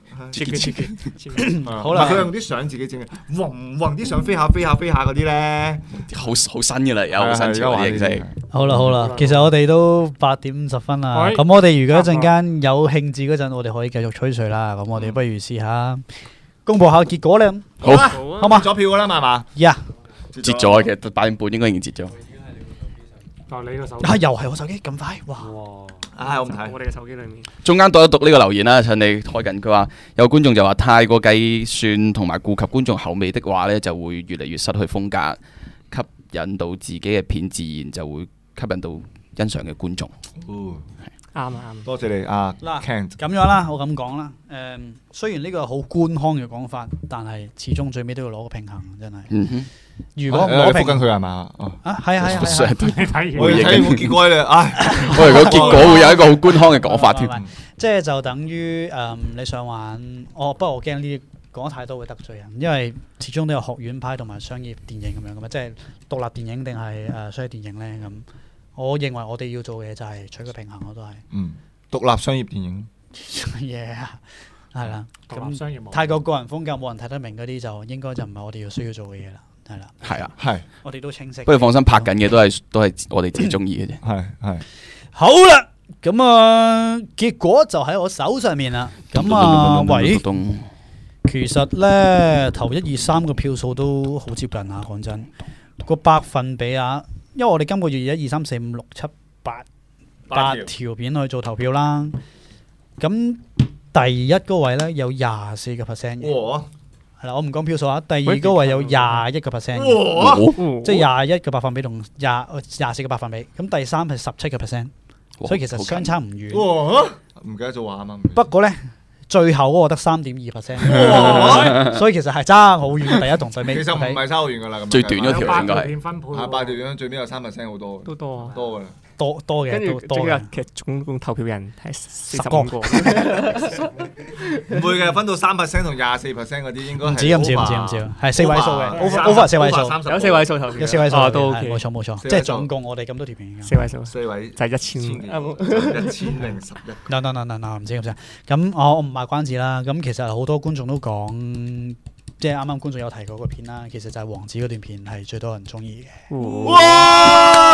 好好啦，唔啦係佢用啲相自己整嘅，嗡嗡啲相飛下飛下飛下嗰啲咧，好好新嘅啦，有係好啊係新而家潮嘅玩形呢式啲。。好嗯啦好啦，其實我哋都八點五十分啦。喂咁我哋如果一陣間有興致嗰陣，我哋可以繼續吹水啦。咁我哋不如試下公佈下結果咧。好啦好啊好嘛咗票㗎啦嘛係嘛，呀，截咗嘅，其實八點半應該已經截咗。就你個手。啊又係我手機咁快，哇！哇！唉，我唔我睇。哋嘅手機裡面。中間讀一讀呢個留言啦，趁你開緊，佢話有觀眾就話太過計算同埋顧及觀眾口味的話呢，就會越嚟越失去風格，吸引到自己嘅片，自然就會吸引到欣賞嘅觀眾。啊啱。多謝你啊嗱，Kent。咁樣啦，我咁講啦。誒、雖然呢個係好官腔嘅講法，但係始終最尾都要攞個平衡，真係。嗯哼，如果我唔攞覆平緊衡佢係嘛？哦啊，係啊係啊係啊上帝你睇我完回要應睇冇結果咧，唉，我哋個結果會有一個好官腔嘅講法添唔係。唔係唔係啊即係就等於誒、呃你想玩我，不過我驚呢啲講太多會得罪人，因為始終都有學院派同埋商業電影咁樣噶嘛，即係獨立電影定係誒商業電影咧咁。我認為我哋要做嘅嘢就係取個平衡，我都係嗯，獨立商業電影，嘢啊，係啦。咁咁商業太過個人風格冇人睇得明嗰啲，就應該就唔係我哋要需要做嘅嘢啦，係啦。係啊，係我哋都清晰。不過放心，拍緊嘅都係都係我哋自己中意嘅啫。係係。好啦，咁啊，結果就喺我手上面啦。咁啊，喂，咚其實咧頭一二三個票數都好接近啊，講真，個百分比啊，因為我哋今個月一二三四五六七八八條片去做投票啦。咁第一嗰位咧有廿四個 percent 嘅，哇！係啦，我唔講票數啊。第二嗰位有廿一個 percent 嘅。咚即係廿一個百分比同廿呃廿四個百分比，咁第三係十七個 percent，哇所以其實好近相差唔遠。哇！唔記得咗話啊嘛。不過咧，最後嗰個得三點二 percent，所以其實係爭好遠嘅第一同最其尾。實唔 OK，係差好遠噶啦，咁樣最短嗰條計八翻應該條係片分配係喎，啊八條樣最尾有三 percent 好多，都多啊。多噶啦。多多嘅跟都住多仲有嘅。其實總共投票人係四十個五個，唔會嘅，分到三 percent 同廿四 percent 嗰啲應該啊係唔止咁少，唔止咁啊 over- 少，係四位數嘅 over- ，over over 係四位 over 數， 30有四位數投票，有四位數啊嘅，都係 OK，冇錯冇錯，四即位數係總共我哋咁多條片嘅。四位數四位就係一千啊冇一千零十一。嗱嗱嗱嗱嗱，唔知咁聲。咁我我唔賣關子啦。咁其實好多觀眾都講，即係啱啱觀眾有提過個片啦，其實就係王子嗰段片係最多人中意嘅。哦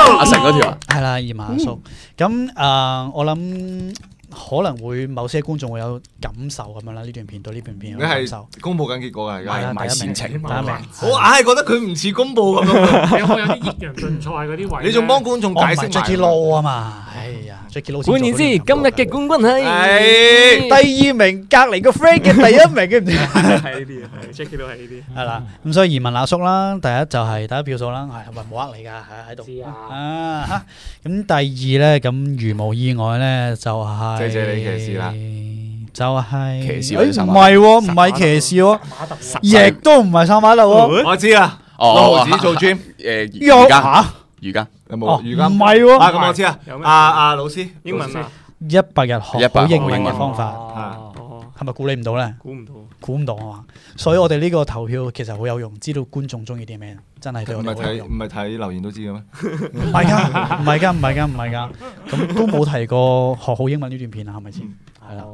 阿成嗰條啊，係啦，二嗯萬叔。咁誒、呃我諗可能會某些觀眾會有感受咁樣啦，呢段片對呢段片有你感受。係公佈緊結果㗎，而係啊家。賣煽第一情名，第一名我硬係覺得佢唔似公佈咁樣，你有冇有啲益人競賽嗰啲位咧？你仲幫觀眾我唔解係釋埋。Jackie Lou 啊嘛，哎呀，Jackie Lou 先做換到言之，今日呢個感覺嘅冠軍係係 第二名，隔離個 friend 嘅第一名嘅唔知。係呢啲啊係，Jackie 都係呢嗯啲。係啦，咁所以移民阿叔啦，第一就係第一票數啦，係咪冇呃你㗎？喺喺知度。啊，啊哈咁第二咧，咁如無意外咧，就係謝謝你騎士啦，就係騎士誒或者唔薩馬係喎，唔係騎士喎。馬特喎亦都唔係上馬路喎，我知啦，六哦毫子， 做 gym 誒呃瑜又伽嚇，瑜伽，有冇？哦唔瑜伽係啊，喎，咁我知啊有。咩啊啊，老師，英文老師啊，一百日學好100英文學英嘅文方法，法哦，係咪估你唔到咧？估唔到。估唔到啊嘛，所以我哋呢個投票其實好有用，知道觀眾中意啲咩，真係對唔我係哋好有睇用。唔係睇留言都知嘅咩？唔係㗎，唔係㗎，唔係㗎，唔係㗎，咁都冇提過學好英文呢段片啊，係咪先？係啦，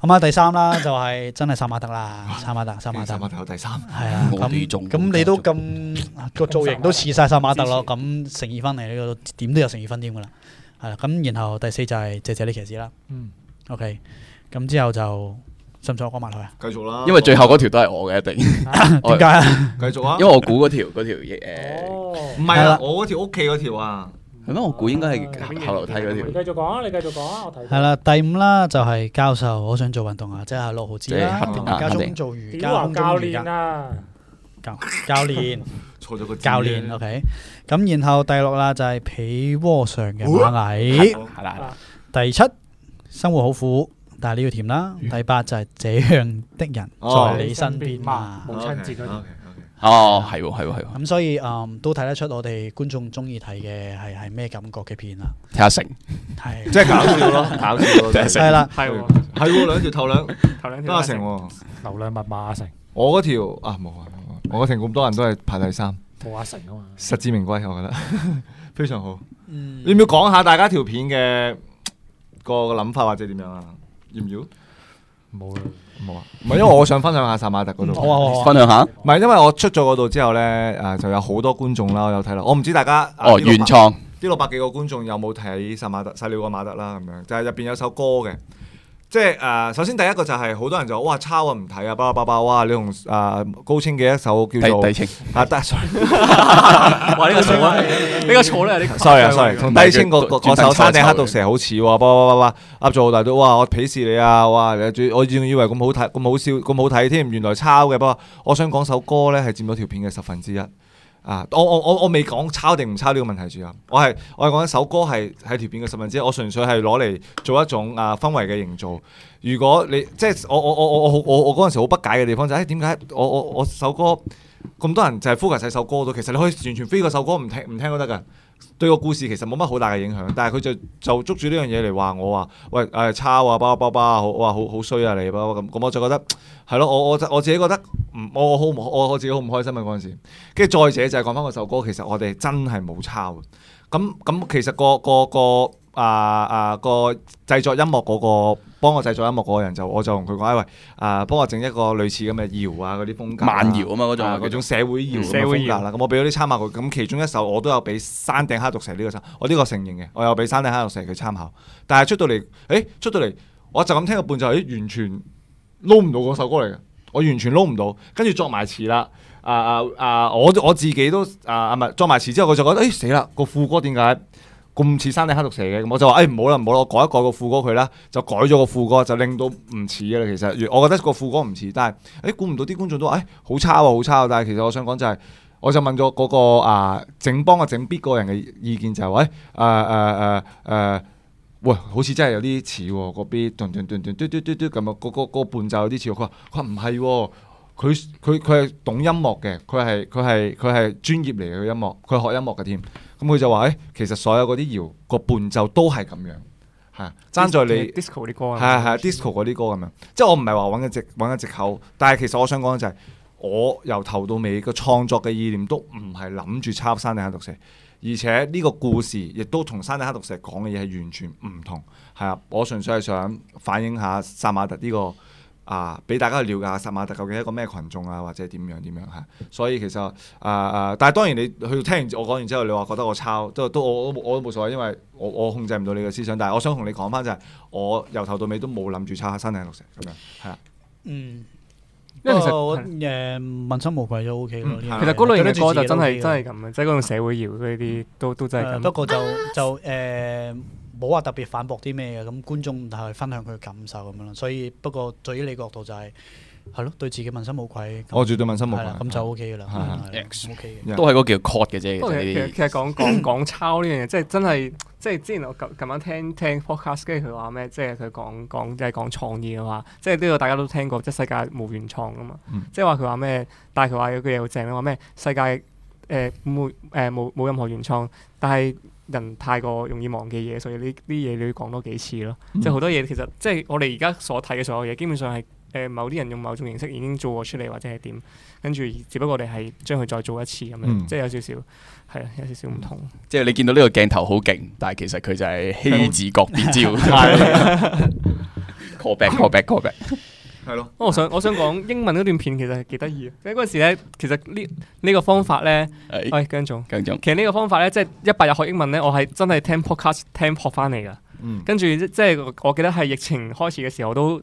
咁啊第三啦，就係真係殺馬特啦，殺馬特，殺馬十特八。頭第三，係啊，我哋仲咁咁你都咁個造型都似晒薩馬特咯，咁乘二分嚟呢個點都有乘二分添噶啦，係啦。咁然後第四就係謝謝你騎士啦。嗯 OK，咁之後就使唔使我講埋佢啊？繼續啦。因為最後嗰條都係我嘅一定， 點解啊？繼續啊，因為我估嗰條嗰條呃誒哦唔，係啊，我嗰條屋企嗰條啊，係咩？我估應該 Ờ, 係後樓梯嗰條你繼，續講啊，你繼續講啊，我睇到係，啦，第五啦就係教授，我想做運動啊，即係啊六毫子啦，即係同埋家肯中定做瑜伽，屌空牛中教瑜伽練啊，教教練錯咗個字教練 OK。咁然後第六啦就係被窩上嘅螞蟻。哦係啦，第七，生活好苦，但係你要甜啦。第八就係這樣的人哦在你身邊嘛。母親節嗰啲。哦，係喎係喎係喎，咁所以嗯都睇得出我哋觀眾中意睇嘅係係咩感覺嘅片啦， 睇下成，係即係搞笑咯， 搞笑咯，真係啊係啦，係喎，係喎，兩條頭兩 頭兩得條阿成喎，流量密碼阿成，我嗰條啊冇啊，冇啊我嗰條咁多人都係排第三，冇阿成啊嘛。實至名歸，我覺得 非常好。嗯你要唔要講下大家條片嘅個個諗法或者點樣啊？要唔要？冇啦，冇啊，唔係因為我想分享下薩馬特嗰度。好啊好啊，分享下，唔係因為我出咗嗰度之後咧，誒、就有好多觀眾啦，我有睇啦。我唔知大家啊哦呢個原創，呢六百幾個觀眾有冇睇《殺馬特》《細料個馬特》啦？咁樣就係入邊有首歌嘅，即係誒、呃首先第一個就係、好多人就話哇抄啊唔睇啊，巴拉巴拉哇！你同誒、呃高清嘅一首低叫做低清，啊得 sorry 哇！呢個啊錯啦，呢個錯啦，有啲 sorry 啊 sorry，同低清個唔係個佢個專首登抄山頂黑毒抄蛇好似喎，巴拉巴拉巴拉噏咗好大堆，哇！我鄙視你啊，哇！你最我仲以為咁好睇咁好笑咁好睇添，原來抄嘅。不過我想講首歌咧係佔咗條片嘅十分之一。誒、啊！我我我我未講抄定唔抄呢個問題住啊！我係我係講一首歌係喺條片嘅十分之一，我純粹係攞嚟做一種啊氛圍嘅營造。如果你即係我我我我我我我嗰陣時好不解嘅地方就係誒點解我我我首歌咁多人就係 focus 喺首歌度，其實你可以完全飛過首歌唔聽唔聽都得㗎。對個故事其實冇乜好大嘅影響，但係佢就就捉住呢樣嘢嚟話我話，喂誒、唉抄啊，巴巴巴，好哇，好好衰啊你，巴巴咁咁，我就覺得係咯，我我我自己覺得唔，我我好唔我我自己好唔開心啊嗰陣時。跟住再者就係講翻嗰首歌，其實我哋真係冇抄。咁咁其實個個個啊啊個製作音樂嗰、個幫我製作音樂嗰個人就我就同佢講，哎喂啊幫我整一個類似咁嘅搖啊嗰啲風格啊、慢搖啊嘛嗰種啊嗰種社會搖咁嘅社會風搖格啦。咁我俾咗啲參考佢，咁其中一首我都有俾山頂蝦毒蛇呢個參，我呢個承認嘅，我有俾山頂蝦毒蛇佢參考。但係出到嚟，誒、出到嚟，我就咁聽個伴奏，誒、完全撈唔到嗰首歌嚟嘅，我完全撈唔到。跟住作埋詞啦，啊啊啊！我我自己都啊啊唔係作埋詞之後，我就覺得誒死啦，個副歌點解？咁似山頂黑毒蛇嘅，咁我就話：，哎誒唔好啦，唔好啦，我改一改個副歌佢啦，就改咗個副歌，就令到唔似嘅啦。其實，我覺得個副歌唔似，但係，哎誒估唔到啲觀眾都話：，誒、好差喎、好差喎、但係其實我想講就係、我就問咗嗰、個啊整幫我整 beat 嗰個人嘅意見就係、喂誒誒誒誒，喂好似真係有啲似喎，個 beat 頓頓頓頓嘟嘟嘟嘟咁啊，嗰個嗰個伴奏有啲似喎。佢話佢話唔係喎。佢佢佢係懂音樂嘅，佢係佢係佢係專業嚟嘅佢音樂，佢學音樂嘅添。咁佢就話：，誒、其實所有嗰啲搖個伴奏都係咁樣，係爭在你 disco 啲歌啊，係係 disco 嗰啲歌咁樣，即係我唔係話揾嘅藉揾嘅藉口，但係其實我想講嘅就係、我由頭到尾個創作嘅意念都唔係諗住抄山頂黑毒蛇，而且呢個故事亦都同山頂黑毒蛇講嘅嘢係完全唔同，係啊，我純粹係想反映下殺馬特呢、個。啊！俾大家去了解下殺馬特究竟係一個咩群眾啊，或者點樣點樣嚇，所以其實啊啊，但係當然你去聽完我講完之後，你話覺得我抄都都我我我都冇所謂，因為我我控制唔到你嘅思想，但係我想同你講翻就係、我由頭到尾都冇諗住抄山頂綠石咁樣，係啊，嗯，因為其實我誒問心無愧就 O K 咯。呢樣嘢其實嗰類型嘅歌就真對得係住自己都 OK 真係咁嘅，即係嗰種社會搖嗰啲都都真係誒咁。啊不過就就誒冇話特別反駁啲咩嘅，咁觀眾就係分享佢嘅感受咁樣咯。所以不過對於你角度就係係咯，對自己問心無愧。我絕對問心無係愧啦，。咁就 O K 噶係啦啊，O K 嘅。都係嗰個叫 cut 嘅啫。其不過實其呢實啲其實講講講抄呢樣嘢，即係真係即係之前我近近晚聽聽 podcast，跟住佢話咩，即係佢講講即係講創意嘅話，即係呢個大家都聽過，即係世界無原創啊嘛。嗯即係話佢話咩，但係佢話有句嘢好正咧，話咩世界誒冇誒冇冇任何原創，但係人太過容易忘記嘢，所以呢啲嘢你要講多幾次咯。即係好多嘢其實即係我哋而家所睇嘅所有嘢，基本上係。誒、某啲人用某種形式已經做過出嚟，或者係點，跟住只不過我哋係將佢再做一次咁樣，嗯即係有少少係啊，有少少唔同。即係你見到呢個鏡頭好勁，但係其實佢就係希子角變招。call back call back call back。係咯，我想我想講英文嗰段片其實係幾得意嘅，因為嗰陣時咧，其實呢呢個方法咧，係喂姜總，姜總，其實呢個方法咧，即係一百日學英文咧，我係真係聽 podcast 聽學翻嚟㗎。嗯，跟住即即係我我記得係疫情開始嘅時候，我都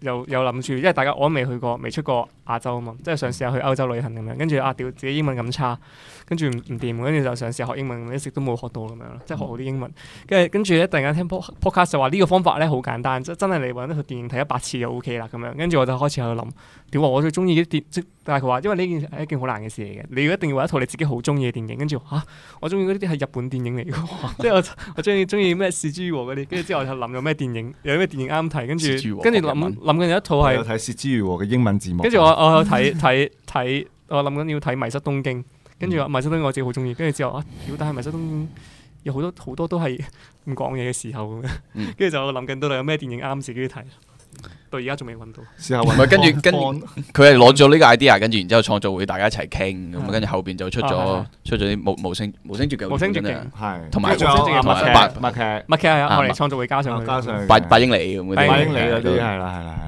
有有諗住，因為大家我都未去過，未出過亞洲啊嘛，即係嘗試下去歐洲旅行咁樣。跟住啊，屌自己英文咁差，跟住唔唔掂，跟住就嘗試下學英文，咁一直都冇學到咁樣咯，即係學好啲英文。跟住跟住咧，突然間聽 pod- podcast 就話呢個方法咧好簡單，即真係你揾一套電影睇一百次就 OK 啦咁樣。跟住我就開始喺度諗，屌我最中意啲電，即但係佢話因為呢件係一件好難嘅事嚟嘅，你一定要揾一套你自己好中意嘅電影。跟住嚇、啊我中意嗰啲係日本電影嚟嘅喎，即係我我中意中意咩《是豬王》嗰啲，跟住之後我就諗有咩電影，有咩電影啱睇，跟是豬住王跟住學日文諗諗緊有一套我有係，睇《薛之如》嘅英文字幕，啊跟住我我有睇睇睇，我諗緊要睇《迷失東京》，跟住話《迷失東京》我自己好中意，跟住之後啊，屌！但係《迷失東京》有好多好多都係唔講嘢嘅時候咁樣嗯，跟住就我諗緊到底有咩電影啱自己睇，到而家仲未揾到。試下唔係跟住跟住住佢係攞咗呢個 idea，跟住然之後創作會大家一齊傾，咁係跟住後邊就出啊咗出咗啲無無聲無聲絕境，無聲絕真係境係，同埋仲有同埋麥劇麥麥劇默劇係啊我哋創造會加上去，加上八八英里咁嗰啲八八英里嗰啲係啦係係啦係啦，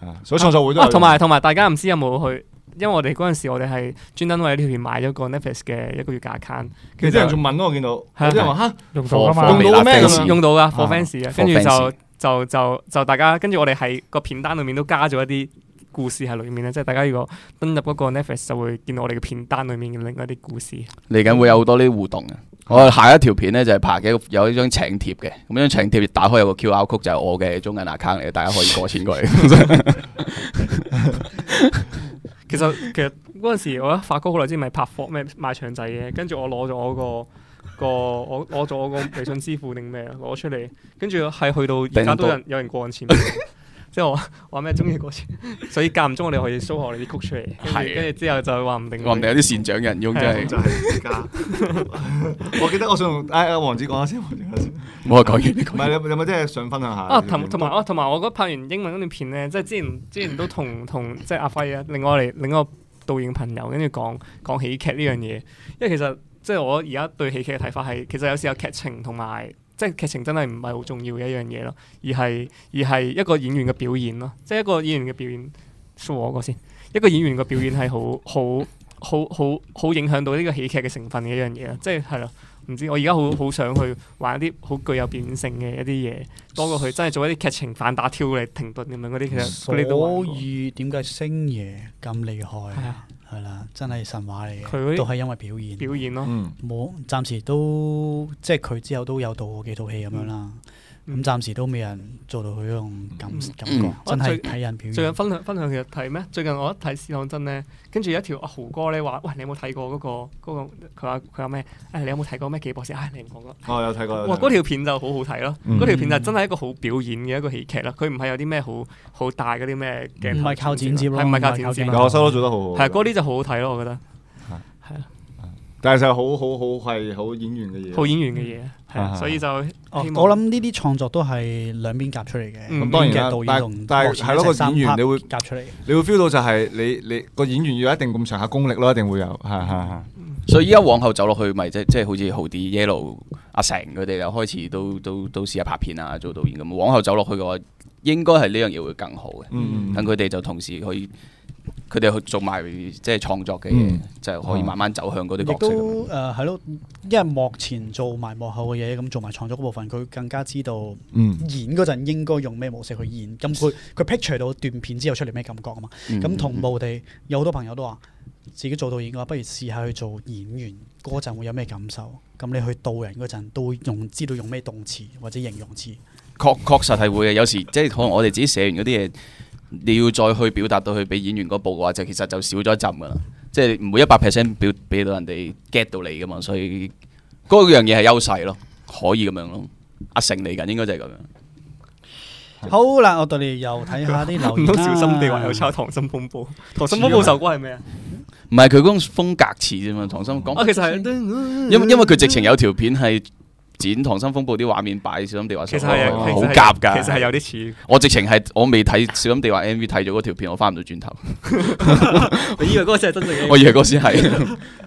係啊，所以創作會都啊，有同埋同埋，大家唔知有冇去？因為我哋嗰陣時，我哋係專登為呢條片買咗個 Netflix 嘅一個月假 account，有啲人仲問咯，我見到有啲人話用到噶放啊嘛放，到咩咁樣用到噶 for 啊 fans 嘅， for 跟住 fans 就就就就大家跟住我哋係個片單裏面都加咗一啲故事喺裏面咧，即係大家如果登入嗰個 Netflix 就會見到我哋嘅片單裏面嘅另外一啲故事。嚟緊會有好多呢啲互動啊嘅。我下一條片咧就係拍嘅有一張請帖嘅，咁張請帖打開有個 QR code 就係我嘅中銀 account 嚟嘅，大家可以過錢過嚟。其實其實嗰陣時我喺發哥好耐之前咪拍貨咩賣腸仔嘅，跟住我攞咗我個個我攞咗我個微信支付定咩啊攞出嚟，跟住係去到而家都有人有人過緊錢俾 我。即係我話咩中意過錢， 所以間唔中我哋可以 show 下我哋啲曲出嚟，跟係住跟住之後就話唔定我唔定有啲善長人用真係 就。係而家。我記得我想同阿阿王子講下先，王子講下先。唔冇話講完呢係個。你有有冇真係想分享下？嗯啊，同同埋啊，同埋我覺得拍完英文嗰段片咧，即係之前之前都同同即係阿輝啊，另外嚟另一個導演朋友跟住講講喜劇呢樣嘢，因為其實即係我而家對喜劇嘅睇法係，其實有時候劇情同埋即係劇情真係唔係好重要嘅一樣嘢咯，而係而係一個演員嘅表演咯，即係一個演員嘅表演。s 我個先，一個演員嘅表演係好好好好好影響到呢個喜劇嘅成分嘅一樣嘢啊，即係係咯。唔知我而家好好想去玩一啲好具有表演性嘅一啲嘢，多過去真係做一啲劇情反打挑嚟停頓咁樣嗰啲，其實所佢哋都玩過以點解星爺咁厲害係啊係啦，真係神話嚟佢嗰嘅，啲都係因為表演。表演咯，嗯，冇暫時都即係佢之後都有導過幾套戲咁樣啦。嗯咁暫時都未人做到佢嗰種感嗯感嗯覺，真最係睇人最表近演。分享分享其實睇咩？最近我一睇《史朗真》咧，跟住有一條阿豪哥咧話：喂，你有冇睇過嗰、個嗰、個？佢話佢話咩？誒、你有冇睇過咩幾博士？唉、你唔講啦。我哦有睇過。有睇過哇！嗰條片就好好睇咯，嗯嗰條片就真係一個好表演嘅一個喜劇啦。佢唔係有啲咩好好大嗰啲咩鏡頭唔係靠剪接咯係唔係靠剪接唔係咯？但我收都做得好好。係啊嗰啲就好好睇咯，我覺得但係就係好好好係好演員嘅嘢。好演員嘅嘢係嗯啊，所以就哦希望我諗呢啲創作都係兩邊夾出嚟嘅。嗯咁當然啦編劇導但演同但係幕前係咯一齊個三演員 part 你會夾出嚟。你會 feel 到就係你你個演員要有一定咁上下功力咯，一定會有。係係係。所以依家往後走落去，咪即即係好似豪啲 Yellow、阿成佢哋又開始都都都試下拍片啊，做導演咁。往後走落去嘅話，應該係呢樣嘢會更好嘅。嗯嗯等佢哋就同時可以，佢哋去做埋即係創作嘅嘢，嗯就可以慢慢走向嗰啲亦角色咁。都呃誒係咯，因為幕前做埋幕後嘅嘢，咁做埋創作嗰部分，佢更加知道嗯演嗰陣應該用咩模式去演。咁佢佢 picture 到段片之後出嚟咩感覺啊嘛。嗯咁同步地有好多朋友都話，自己做導演嘅話，不如試下去做演員嗰陣會有咩感受。咁你去導人嗰陣都會用知道用咩動詞或者形容詞。確確實係會嘅，有時即係可能我哋自己寫完嗰啲嘢，你要再去表達到去俾演員嗰步嘅話，就其實就少咗一浸噶啦，即係唔會一百 percent 表俾到人哋 get 到你噶嘛，所以嗰樣嘢係優勢咯，可以咁樣咯。阿成嚟緊應該就係咁樣，好啦，我哋又睇下啲 留 唔言通啦。小心地話有抄《溏心風暴》，啊《溏心風暴》首歌係 咩啊？唔係佢嗰種風格似啫嘛。唐心啊，講，其實係因為因為佢直情有條片係剪《溏心風暴》啲畫面擺小心地話，其實係哦其實係好夾㗎。其實係有啲似。我直情係我未睇小心地話 MV 睇咗嗰條片，我翻唔到轉頭，你以為嗰個先係真正嘅？ 我以為嗰先係，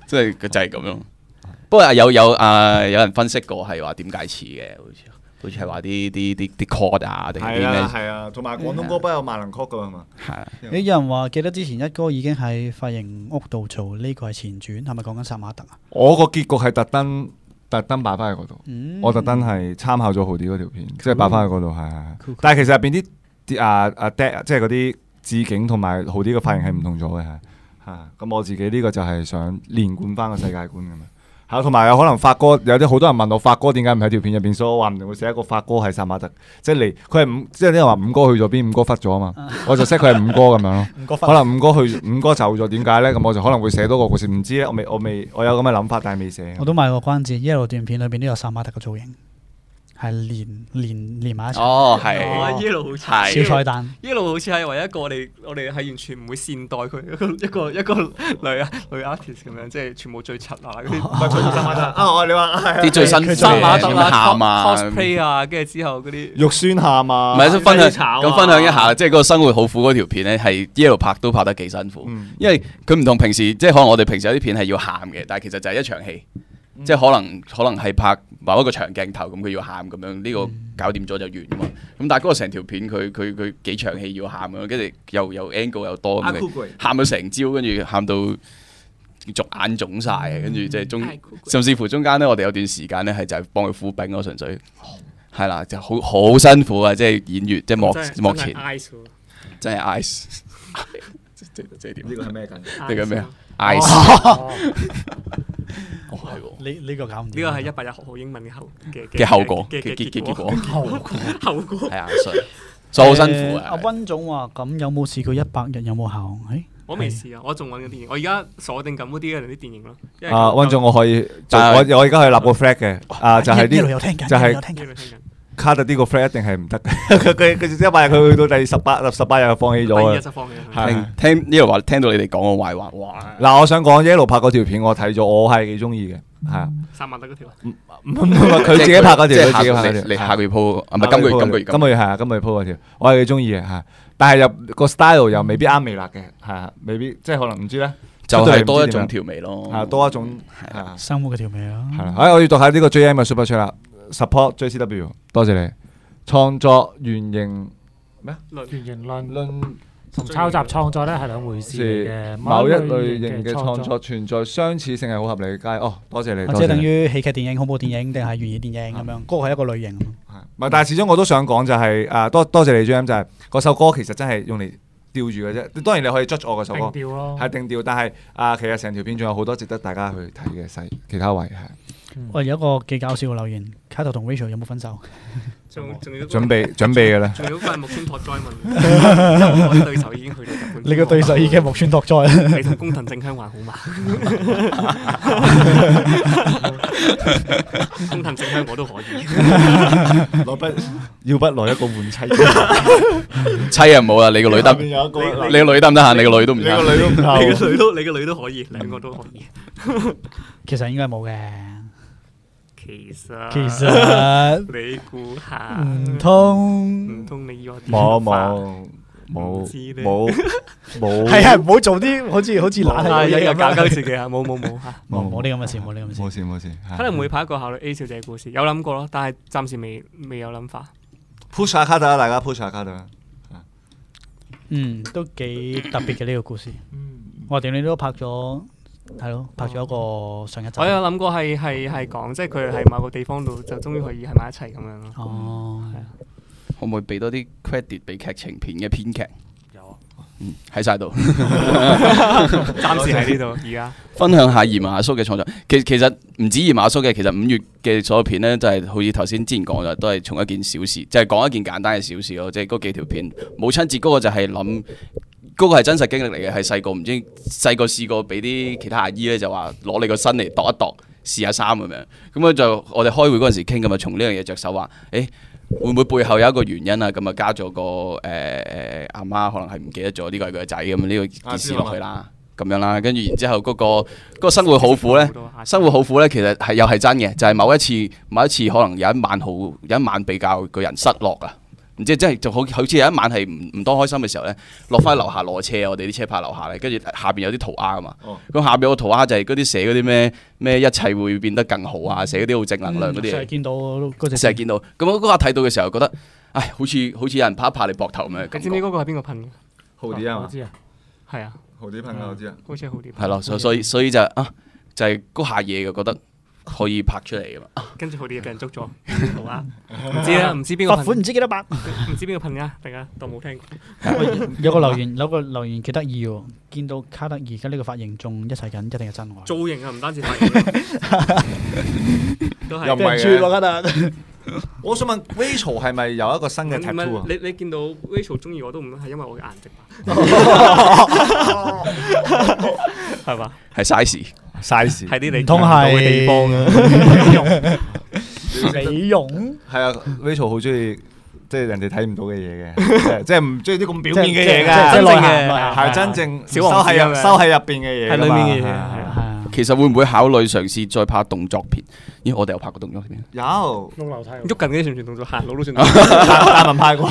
即係就係咁樣。不過有有啊、有人分析過係話點解似嘅，好似好似係話啲啲啲啲 chord 啊定係啲係啊咩係啊，同埋廣東歌不有萬能曲㗎嘛？係啊咦有人話記得之前一哥已經喺髮型屋度做，呢個係前傳，係咪講緊殺馬特啊？我個結局係特登特登擺翻喺嗰度。嗯我特登係參考咗豪啲嗰條片，即係擺翻去嗰度係係。 Cool，cool 係但係其實入邊啲啲啊啊 d 即係嗰啲置景同埋豪啲嘅髮型係唔同咗嘅係。嚇，咁我自己呢個就係想連貫翻個世界觀咁樣。係同埋有可能發哥有啲好多人問我發哥點解唔喺條片入邊，所以我話唔定會寫一個發哥係殺馬特，即係嚟佢係五，即係啲人話五哥去咗邊，五哥忽咗啊嘛，我就識佢係五哥咁樣咯。唔覺可 能五哥去五哥走咗，點解咧？咁我就可能會寫多個故事，唔知咧，我未我未我有咁嘅諗法，但係未寫。我都賣過關子，一路段片裏邊都有殺馬特嘅造型，係連連連埋一齊，哦哦係， Yellow 好係似小彩蛋。一路好似係唯一一個我哋我哋係完全唔會善待佢一個一個一個女啊女 artist 咁樣，即係全部最柒啊嗰啲唔係佢殺馬特 啊！我你話係啊啲最辛苦嘅殺馬特咁喊啊， cosplay 啊，跟住之後嗰啲肉酸喊啊！唔係分雞享炒啊咁分享一下，即係嗰個生活好苦嗰條片咧，係 Yellow 拍都拍得幾辛苦，嗯因為佢唔同平時，即係可能我哋平時有啲片係要喊嘅，但係其實就係一場戲，嗯即係可能可能係拍某一個長鏡頭咁，佢要喊咁樣，呢嗯個搞掂咗就完噶嘛。咁但係嗰個成條片佢佢佢幾場戲要喊咁樣，跟住又又 angle 又多啊咁嘅，喊咗成朝，跟住喊到逐眼腫晒嘅，跟住即係中。甚至乎中間咧，我哋有段時間咧係就係幫佢敷冰咯，純粹係啦，就好好辛苦啊！即係演員，即係幕幕前真係 ice，即係即係點呢個係咩緊？你呢嘅咩啊？ice Ờ. 哦係喎呢呢個搞唔掂。啊呢個係一百日學好英文嘅後嘅嘅後果嘅嘅嘅嘅嘅嘅嘅結結果果 後果。係啊，所以所以好辛苦誒阿啊！温總話：咁有冇試過一百日有冇效？誒，我未試啊，我仲揾緊電影，我而家鎖定緊嗰啲嘅啲電影咯。因為啊，温總，我可以做，但係我我而家可以立個 flag 嘅，啊就係一路呢有聽緊，就係一路有聽因為緊。聽緊卡特呢個 flag 一定係唔得 嘅，佢佢佢一百日佢去到第十八十八日就放棄第咗二日啊就放嘅。係聽聽呢度話，聽到你哋講我壞話，哇！嗱，我想講 Yellow 拍嗰條片我睇咗，我係幾中意嘅，係啊，嗯三萬得嗰條，唔唔唔 佢自己拍嗰條，佢自己拍嗰條，你係啊下個月鋪啊，唔係今個月，今個月，今個月係啊，今個月 po 嗰條，我係幾中意嘅嚇，但係入個 style 又未必啱微辣嘅，係啊，未必即係可能唔知咧，就出到嚟唔係知多一點種嗯樣調味咯。係啊多一種係啊生活嘅條味咯，係啦，哎，我要讀下呢個 J M 嘅 super chat 啦，support J C W，多謝你創作原型原型論論同抄襲創作咧係兩回事嚟是嘅。某一類型嘅創作存在相似性係好合理嘅，哦，多謝你，或多者謝啊等你。於喜劇電影、恐怖電影定係懸疑電影咁樣，嗰個係一個類型。係唔係，但係始終我都想講就係、啊，多多謝你 J M 就係、嗰首歌其實真係用嚟吊住嘅啫，當然你可以 judge 我嗰首歌定。調咯，係定調，但係啊，其實成條片仲有好多值得大家去睇嘅細其他位 係喂，有一個幾搞笑嘅留言，卡特同 Rachel 有冇分手？仲仲要準備準備嘅啦。仲有嗰塊木村拓哉 問，因為我對手已經去 到日本。你個對手已經木村拓哉啦，你同工藤正香還好 嘛？工藤正香我都可以，攞不要不來一個換妻，妻啊冇啦，你個女得，你有一個個女得唔得閒？你個女都唔得閒。都唔你個女都你個女都可以，兩個都可以。其實應該冇嘅。其實其實你估下，唔唔通通你以我點冇法冇冇唔知咧冇冇 係啊，唔好做啲好似好似懶啊！係日有日嘢咁搞啦鳩自己啊！冇冇冇嚇，冇冇啲咁嘅事，冇啲咁嘅事冇。事冇事，啊可能會拍一個考慮 A 小姐嘅故事，有諗過咯，但係暫時未未有諗法。 push 下卡特啊啦，大家 push 下卡特啦。嗯，都幾特別嘅呢個故事。我哋你都拍咗，係咯，拍咗一個上一集我。有諗過係係係講，即係佢喺某個地方度就終於可以喺埋一齊咁樣咯。哦，可唔可以俾多啲 credit 俾劇情片嘅編劇？有啊，嗯，喺晒度。暫時喺呢度，而家分享下鹽馬叔嘅創作。其其實唔止鹽馬叔嘅，其實五月嘅所有片呢，就係、好似頭先之前講嘅，都係從一件小事，就係、講一件簡單嘅小事咯。即係嗰幾條片，母親節嗰個就係諗。嗰個係真實經歷嚟嘅，係細個唔知細個試過俾啲其他阿姨咧就話攞你個身嚟度一度試下衫咁樣，咁咧就我哋開會嗰陣時傾咁啊，從呢樣嘢着手話，誒、會唔會背後有一個原因啊？咁啊加咗個誒誒阿媽可能係唔記得咗呢個係佢個仔咁呢個件事落去啦，咁樣啦，跟住然之後嗰、個嗰個生活好苦咧。生活好苦咧，其實係又係真嘅，就係、某一次某一次可能有一晚好有一晚比較個人失落啊，唔知即係就好好似有一晚係唔唔多開心嘅時候咧，落翻樓下攞車，我哋啲車泊樓下咧，跟住下邊有啲塗鴉啊嘛，咁、下邊有個塗鴉就係嗰啲寫嗰啲咩咩一切會變得更好啊，寫嗰啲好正能量嗰啲成日嘢，見到嗰隻成日見到，咁我嗰下睇到嘅時候覺得，唉，好似好似有人拍一拍你膊頭咁樣嘅你感知唔知覺，嗰個係邊個噴嘅？豪好啲啊嘛，知啊，係啊，豪啲朋友我知啊。好似好啲。係咯，所所以所以就啊，就係、嗰下嘢嘅覺得可以拍出嚟啊嘛。跟住好啲俾人捉咗，好啊，唔知啦，唔知邊個罰款噴，唔知幾多百。唔知邊個噴啊？大家當冇聽過。有個留言，有個留言幾得意喎，見到卡特而家呢個髮型仲一齊緊，一定係真愛。造型啊，唔單止髮型， 都係又唔係嘅俾人轉喎卡特，我想問 Rachel 係咪有一個新唔嘅係唔 tattoo 啊係？你你見到 Rachel 中意我都唔係因為我嘅顏值吧？哦係嘛？係 size。 size 係啲你唔通係見唔到嘅地方啊？ 美容係啊，Rachel 好中意即係人哋睇唔到嘅嘢嘅，即係唔中意啲咁表面嘅嘢㗎，即係真內正涵內嘅涵係真正小收王子喺入咁樣收喺入邊嘅嘢㗎嘛，係裡面嘅嘢係啊係啊係啊，其實會唔會考慮嘗試再拍動作片？咦，我哋有拍過動作片，啊有用樓梯喎喐緊嗰啲算唔算動作？行路都算 動作。大文派過，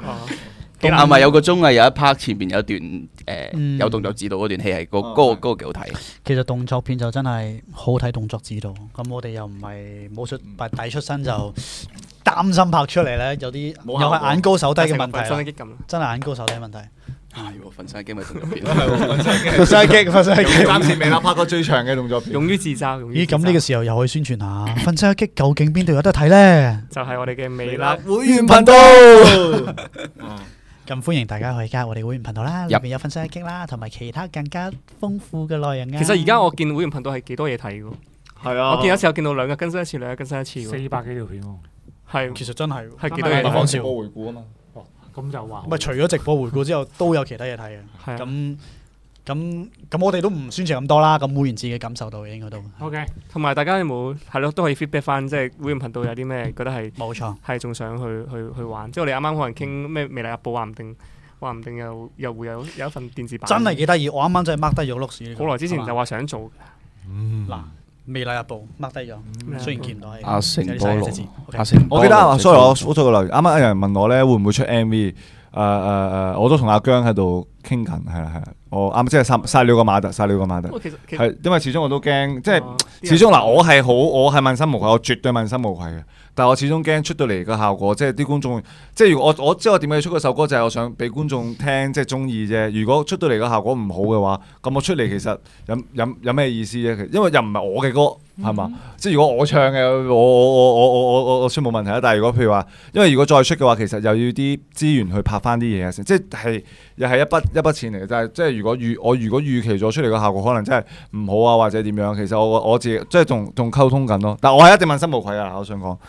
哦啊咪有個綜藝有一 part 前面有一段誒、呃嗯有動作指導嗰段戲係嗰哦嗰個嗰個幾好睇，其實動作片就真係好睇動作指導，咁我哋又唔係武術底出身，就擔心拍出嚟咧有啲又冇效果係眼高手低嘅問題啊身啦，激咁啊啦，真係眼高手低問題。係喎，瞓身機咪動作片，發生激，發生激。 暫時未啦，拍過最長嘅動作片。勇於自嘲，勇於咦，咁呢自個嘲時候又可以宣傳下，瞓身一擊究竟邊度有得睇咧？就係我哋嘅微辣會員頻道，咁歡迎大家去加入我哋會員頻道啦，裏入邊有分析一擊啦，同埋其他更加豐富嘅內容啊。其實而家我見會員頻道係幾多嘢睇嘅喎，係啊我見有時候見到兩日更新一次，兩日更新一次喎，四百幾條片喎，係其實真係係幾多嘢唔係講睇？笑我回顧啊嘛，咁就話唔係除咗直播回顧之後，都有其他嘢睇嘅。係啊咁咁咁我哋都唔宣傳咁多啦，咁會員自己感受到嘅應該都 OK，同埋大家有冇係咯都可以 feedback 翻，即係會員頻道有啲咩覺得係冇錯。係仲想去去去玩。即係我哋啱啱可能傾咩未來日報，話唔定話唔定又又會有有一份電子版。真係幾得意，我啱啱真係 mark 低咗碌屎呢個。好耐之前就話話想做，嗱，未來日報 mark 低咗，雖然見唔到係 阿成有啲菠細蘿隻字 OK 阿成，我記得啊，sorry，我我做個留言，啱啱有人問我咧，會唔會出 MV？誒誒啊誒，我都同阿姜喺度傾緊，係啦係啦，我啱即係殺殺了個馬特，殺了個馬特不，過其實其實係因為始終我都驚，即係哦啲人始終嗱，我係好，我係問心無愧，我絕對問心無愧嘅。但係我始終驚出到嚟個效果，即係啲觀眾，即係如果我我知我點解要出嗰首歌，就係我想俾觀眾聽，即係中意啫。如果出到嚟個效果唔好嘅話，咁我出嚟其實有有有咩意思啫？其實因為又唔係我嘅歌，係嘛？即係如果我唱嘅，我我我我我我我我出冇問題啦。但係如果譬如話，因為如果再出嘅話，其實又要啲資源去拍翻啲嘢先，即係又係一筆一筆錢嚟嘅。但係即係如果預我如果預期咗出嚟嘅效果，可能真係唔好啊，或者點樣？其實我我自己即係仲仲溝通緊咯。但我係一定問心無愧啊！我想講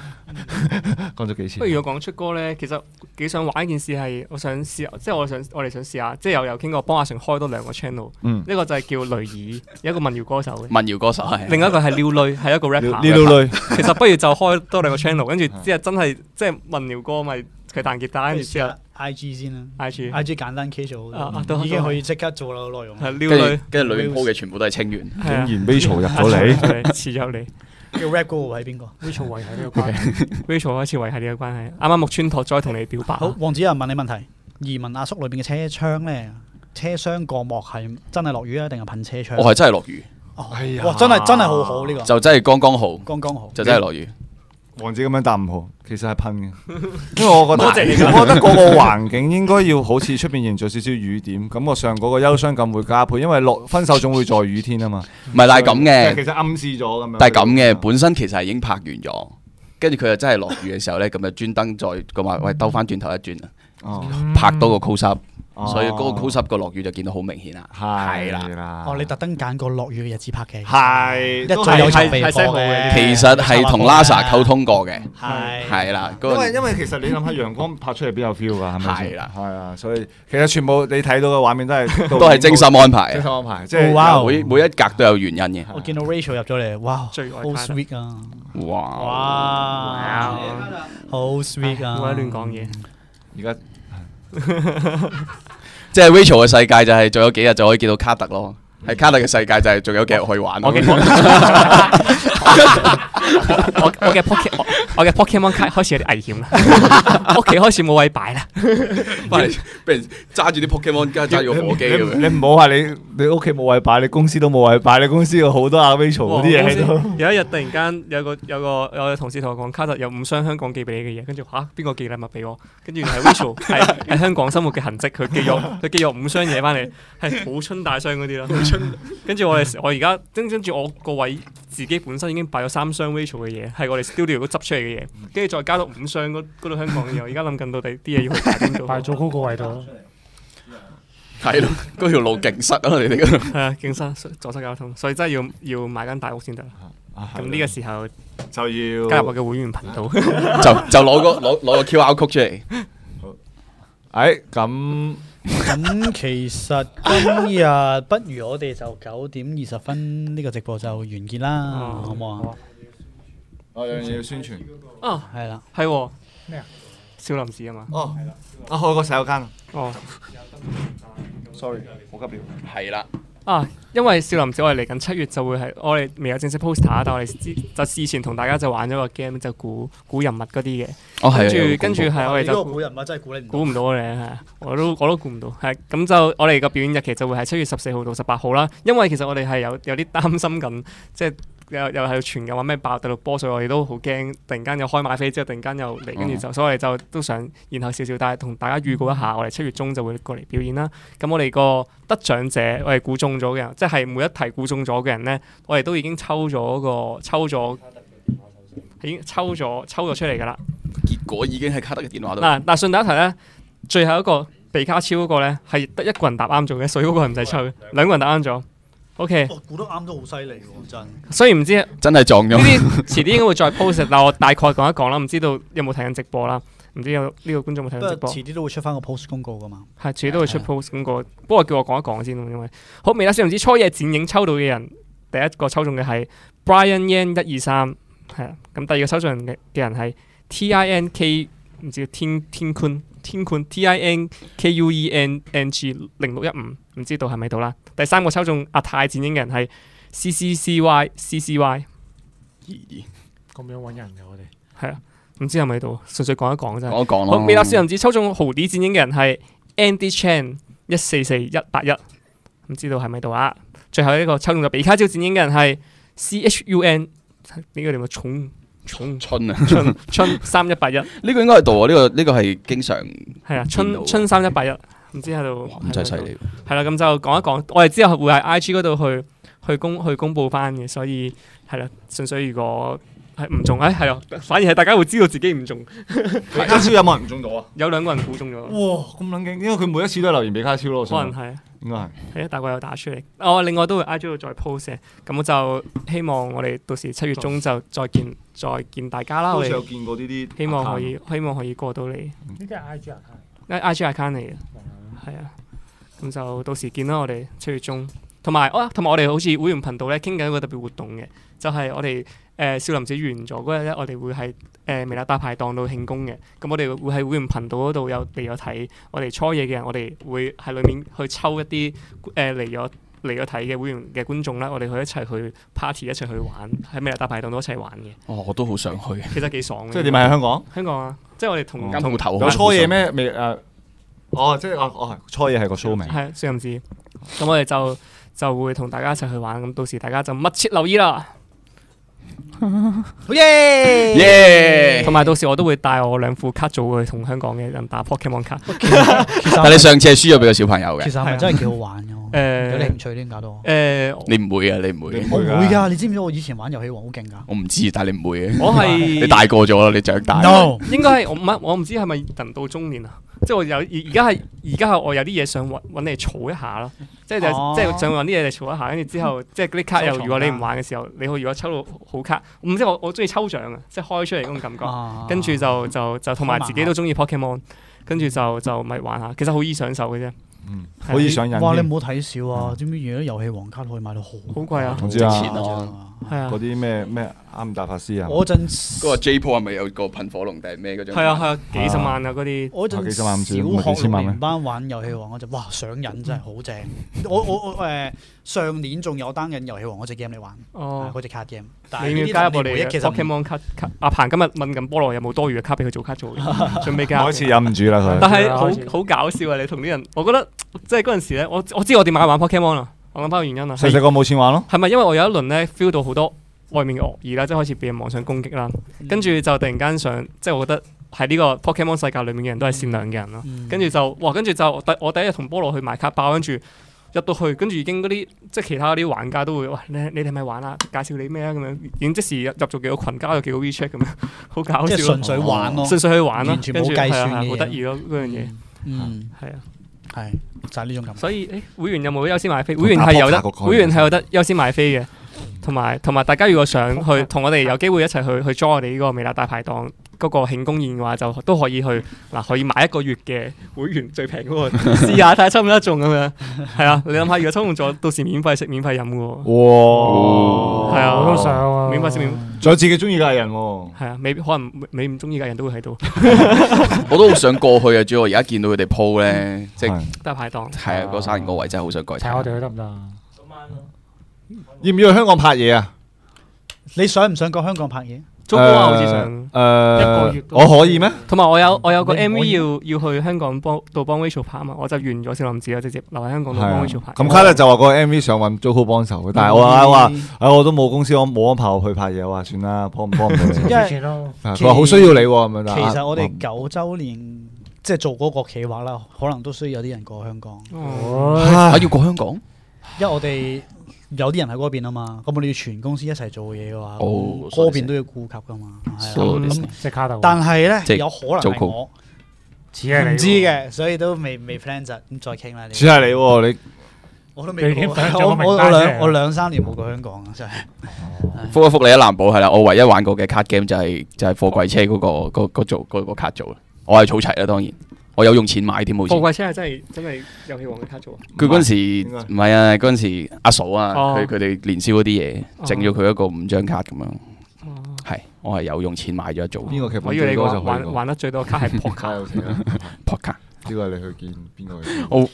講咗幾次不。如我講出歌咧，其實幾想玩一件事係，我想試，即係我想我哋想試下，即係又有傾過幫阿成開多兩個 channel，嗯一個就係叫雷爾，有一個民謠歌手嘅，民謠歌手係另一個係廖女，係一個呢 rapper。度類其實不如就開多兩個 channel，跟嗯住之後真係即係民謠歌咪佢彈吉他，跟住之後 I G 先啦 I G ，I G 簡單 casual 啊啊好都多已經可以即刻做啦內容。係跟廖女住，跟住裏面鋪嘅全部都係清源，係啊竟然 Rachel 入咗 嚟，係啊遲咗你。叫 rap 嗰個位邊個？ Rachel 維係呢個關係。 Rachel 開始維係呢個關係，啱啱木村拓哉同你表白。好，王子有人問你問題，移民阿叔裏邊嘅車窗咧，車廂個幕係真係落雨啊，定係噴車窗？我係真係落雨，哦哎呀哇，真係真係好好呢個，就真係剛剛好，剛剛好。就真係落嗯雨。王子咁樣答唔好，其實係噴嘅，因為我覺得多謝你我覺得嗰個環境應該要好似出邊營造少少雨點，感覺上嗰個憂傷感會加倍，因為落分手總會在雨天啊嘛。唔係，但係咁 嘅即係。其實暗示咗咁樣。 但係咁嘅，本身其實係已經拍完咗，跟住佢又真係落雨嘅時候咧，咁就專登再咁話，喂，兜翻轉頭一轉啊，哦拍多個 close up，哦所以嗰個 close up 個落雨就見到好明顯啦。係啦，哦，你特登揀個落雨嘅日子拍嘅，係一早有籌備係係係過嘅。其實係同 Lasa 溝，通過嘅，係係啦，嗰因為個因為其實你諗下陽光拍出嚟邊有 feel 㗎，係咪先？係啦係啊，所以其實全部你睇到嘅畫面都 係都係精心安排精嘅，心安排，即哦係哇哦每每一格都有原因嘅。我見到 Rachel 入咗嚟，哇，好最愛哦 sweet 啊，哇！哇，好唉 sweet 啊，唔好喺啊亂講嘢。而家即係 Rachel 嘅世界就係仲有幾日就可以見到卡特咯，喺卡特嘅世界就係仲有幾日可以玩咯。我嘅 我我嘅 Poke 我我嘅 Pokemon 卡開始有啲危 險啦，屋企開始冇位擺啦。 翻嚟俾人揸住啲 Pokemon 加揸住個火機咁 樣。你你唔好話你你屋企冇位擺，你公司都冇位擺，你公司有好多阿 Rachel 嗰啲嘢喺度。有一日突然間有個有個有個同事同我講，卡特有五箱香港寄俾你嘅嘢，跟住吓邊個寄禮物俾我？跟住原來係 Rachel 係喺香港生活嘅痕跡，佢寄咗佢寄咗五箱嘢翻嚟，係好春大箱嗰啲啦。跟住我哋我而家跟跟住我個位自己本身已經擺咗三箱 Rachel 嘅嘢，係我哋 studio 嗰執出嚟嘅嘢，跟住再加到五箱嗰嗰度香港嘅嘢。我而家諗緊到底啲嘢要去擺邊度？ 但係做高個位度，係咯，嗰條路勁塞啊！你哋嗰度係啊，警山阻塞交通，所以真係要要買間大屋先得啦。 咁呢個時候就要加入我嘅會員頻道，就就攞個攞攞個 QR code 出嚟。誒咁咁其實今日不如我哋就九點二十分呢個直播就完結啦，哦好唔好啊？我有樣嘢要宣傳。啊，係啦，係喎咩啊？少林寺啊嘛，哦，啊開個洗手間。哦 Sorry，好急尿。係啦。啊，因為少林寺我哋嚟緊七月就會係我哋未有正式 poster，但我哋之就事前同大家就玩咗個 game，就估估人物嗰啲嘅，哦，跟係啊有住個跟住公佈係我哋呢個就古人物真係估你唔到估。唔到嘅，係啊我都我都估唔到，係咁就我哋個表演日期就會係七月十四號到十八號啦。因為其實我哋係有有啲擔心緊，即係 又又係傳緊話咩爆大陸波，所以我哋都好驚。突然間又開買飛之後，突然間又嚟，跟住哦就所以我哋就都想延後少少，但係同大家預嗯告一下，我哋七月中就會過嚟表演啦。咁我哋個得獎者，我哋估中咗嘅人，即係每一題估中咗嘅人咧，我哋都已經抽咗個抽咗。已經抽咗抽咗出嚟㗎啦，結果已經喺卡特嘅電話度。嗱嗱，順帶一提咧，最後一個比卡超嗰個咧係得一個人答啱咗嘅，所以嗰個係唔使抽嘅，兩個人答啱咗。OK，我哦估得啱都好犀利喎，真。雖然唔知呢真係撞咗。啲遲啲應該會再 post，但我大概講一講啦，唔知道有冇睇緊直播啦。唔知有呢個觀眾有冇睇不啊到直過播？遲啲都會出翻個 post 公告 噶嘛。係，自己都會出 post 咁個。不過叫我講一講先，因為好未啦。先唔知初夜剪影抽到嘅人，第一個抽中嘅係 Brian Yan 一二三，係啊。咁第二個抽中嘅嘅人係 T I N K 唔知天天坤天坤 T I N K U E N N G 零六一五，唔知道係咪到啦。第三個抽中阿泰剪影嘅人係 C C C Y C C Y，咁樣揾人嘅我哋。係啊，唔知係咪到，純粹講一講啫。我講好，咯。美納少林寺抽中豪啲剪影嘅人係 Andy Chan 一四四一八一，唔知道係咪到啊？最後一個抽中咗比卡超剪影嘅人係 C H U N 呢個叫做重重春啊，春 春三一八一，呢個應該係度啊，呢個呢個係經常係啊，見到春啊春三一八一，唔知喺度哇咁真係犀利。係啦，咁就講一講，我哋之後會喺 I G 嗰度去去公去公佈翻嘅，所以係啦，純粹如果係唔中，誒係啊，反而係大家會知道自己唔中，比卡超有冇人唔中到啊？有兩個人估中咗，哇，咁撚勁！因為佢每一次都係留言比卡超咯，我啊想可能係。應該係。係啊，大概有打出嚟。我、另外都會 I G 度再 post 嘅，咁我就希望我哋到時七月中就再見再見大家啦。好我似有哋見過呢啲，希 아,望可以希望可以過到嚟呢啲係 I G 人係。 I G account 嚟嘅，係啊。咁就到時見啦，我哋七月中。同埋哦，同埋我哋好似會員頻道咧，傾緊一個特別活動嘅，就係、我哋誒、呃少林寺完咗嗰日咧，我哋會係誒、呃、微辣大排檔度慶功嘅。咁我哋會喺會員頻道嗰度有嚟咗睇我哋初夜嘅人，我哋會喺裏面去抽一啲誒嚟咗嚟咗睇嘅會員嘅觀眾啦，我哋去一齊去 party，一齊去玩喺微辣大排檔度一齊玩嘅，哦，我都好想去。其實幾爽嘅。即係點啊？喺哦香港香港啊，即係我哋同間鋪뭐頭有初夜？咩未誒？ 아,哦，即係哦哦，初夜係個 show 名。係少林寺。咁我哋就就會同大家一齊去玩，咁到時大家就密切留意啦。好耶！耶！同埋到時我都會帶我兩副卡組去同香港嘅人打 Pokemon 卡。其實但你上次係輸咗俾個小朋友其嘅，實係咪真係幾好玩嘅？有 啲誒興趣添，搞到我。誒，你唔會啊，你唔會嘅，我會㗎會㗎，你知唔知我以前玩遊戲王好勁㗎我唔知，但係你唔會嘅。我你係大個咗啦，你長大。 ？No，應該係我唔係我唔知係咪人到中年啊？即係我有而而家係而家係我有啲嘢想揾揾你嘈一下咯，即係就哦即係想揾啲嘢嚟嘈一下，跟住之 後即係嗰啲卡又收藏如果你卡唔玩嘅時候，你會如果抽到好卡，唔知我我中意抽獎啊，即係開出嚟嗰種感覺。哦跟住就就就同埋自己都中意 Pokemon，跟住就就咪玩下，其實好易上手嘅啫，嗯，음.係可以上癮哇！你添。唔好睇少啊！嗯知唔知而家遊戲王卡可以買到好好貴啊我知啊好值錢啊係 아,啊嗰。啲咩咩阿姆達法師啊，我嗰陣嗰個 J p o 係咪有個噴火龍定係咩嗰張？係啊係啊，幾十萬啊嗰啲，我嗰啊陣幾十萬唔小止唔係幾學千六萬咩年班玩遊戲王嗰陣，哇上癮真係好正！我我我誒上年仲有單人遊戲王嗰只 game 你玩，哦啊。嗰只卡 game。但係你呢要啲加入我同你哋回憶嘅其實唔 Pokemon 卡卡。阿彭今日問緊菠蘿有冇多餘嘅卡俾佢做卡做 嘅，準備加入開。始忍唔住啦佢。但係好開始好搞笑啊！你同啲人，我覺得即係嗰陣時咧，我我知我點解玩 Pokemon 啦，我諗翻個原因啦。啊細細個冇錢玩咯，係咪因為我有一輪咧 feel 到好多外面嘅惡意啦，即係開始俾人網上攻擊啦，跟住就突然間想，即係我覺得喺呢個 Pokemon 世界裏面嘅人都係善良嘅人咯。嗯跟住就哇，跟住就我第我第一日同菠蘿去買卡包，跟住入到去，跟住已經嗰啲即係其他啲玩家都會哇，你你哋係咪玩啊？介紹你咩啊？咁樣已經即時入入咗幾個群交，有幾個 WeChat 咁樣，好搞即笑係純咯，粹玩咯。純粹去玩咯，完全跟住冇計算係啊係啊嘅嘢好得意咯嗰樣嘢，嗯，係啊。係就係呢種感覺。所以誒、會員有冇優先買飛？會員係有得，打波卡個概念會員係有得優先買飛嘅。同埋同埋，大家如果想去同我哋有機會一齊去去 join 我哋呢個美辣大排檔嗰個慶功宴嘅話，就都可以去嗱，可以買一個月嘅會員最平嗰個 試下睇下抽唔抽得中咁樣。係啊，你諗下，如果抽中咗，到時免費食免費飲嘅喎。哇！係我都啊，想啊。免費食免仲有自己中意嘅藝人喎。係啊，未必可能你唔中意嘅人都會喺度我都好想過去啊！主要我而家見到佢哋 po 咧，即 아.係係大排呃檔。係啊，嗰山嗰位真係好想過去睇我哋睇。去得唔得啊？要唔要去香港拍嘢啊？你想唔想過香港拍嘢？租哥 어,啊，好似想。Ờ, 一個誒月，都我可以咩？同埋我嗯有我有個你唔可 MV 以要要去香港幫度幫 Rachel 拍啊嘛，我就完咗少林寺，我直接留喺香啊港度幫 Rachel 拍。啊嗯咁卡特就話個 M V 想揾 Jojo 幫手，但係我話話，哎唉，我都冇公司，我冇安排我去拍嘢，我話算啦，幫唔幫唔到 你。因為之前咯，啊佢話好需要你喎咁樣。其實我啊哋九周年即係做嗰個企劃啦，可能都需要有啲人過香港，哦啊啊，要過香港？因為我哋有啲人喺嗰邊啊嘛，咁我哋要全公司一齊做嘢嘅話，哦嗰邊都要顧及噶嘛。係啊，so 嗯即係卡特。但係即係咧，有可能做係我似係你唔喎知。嘅，所以都未未啊 plan 就咁再傾啦。似你係你喎，你我都你未已經過，訂咗我個名我我單兩啫我兩三年冇過香港啊，真係。覆一覆你啊，藍寶係啦，我唯一玩過嘅卡 game 就係就係貨櫃車嗰個嗰嗰組嗰個卡組啦。我係儲齊啦，當然我有用錢買添，好似貨櫃車係真係真係遊戲王嘅卡組啊！佢嗰陣時應該唔係啊，嗰陣時阿嫂啊，哦佢佢哋年宵嗰啲嘢，哦整咗佢一個五張卡咁樣，係我係有用錢買咗一組邊個劇我本以為最你多就玩去玩過？玩得最多卡係 卡撲卡，啊有寫啦，撲卡。呢個係你去見邊個嘅？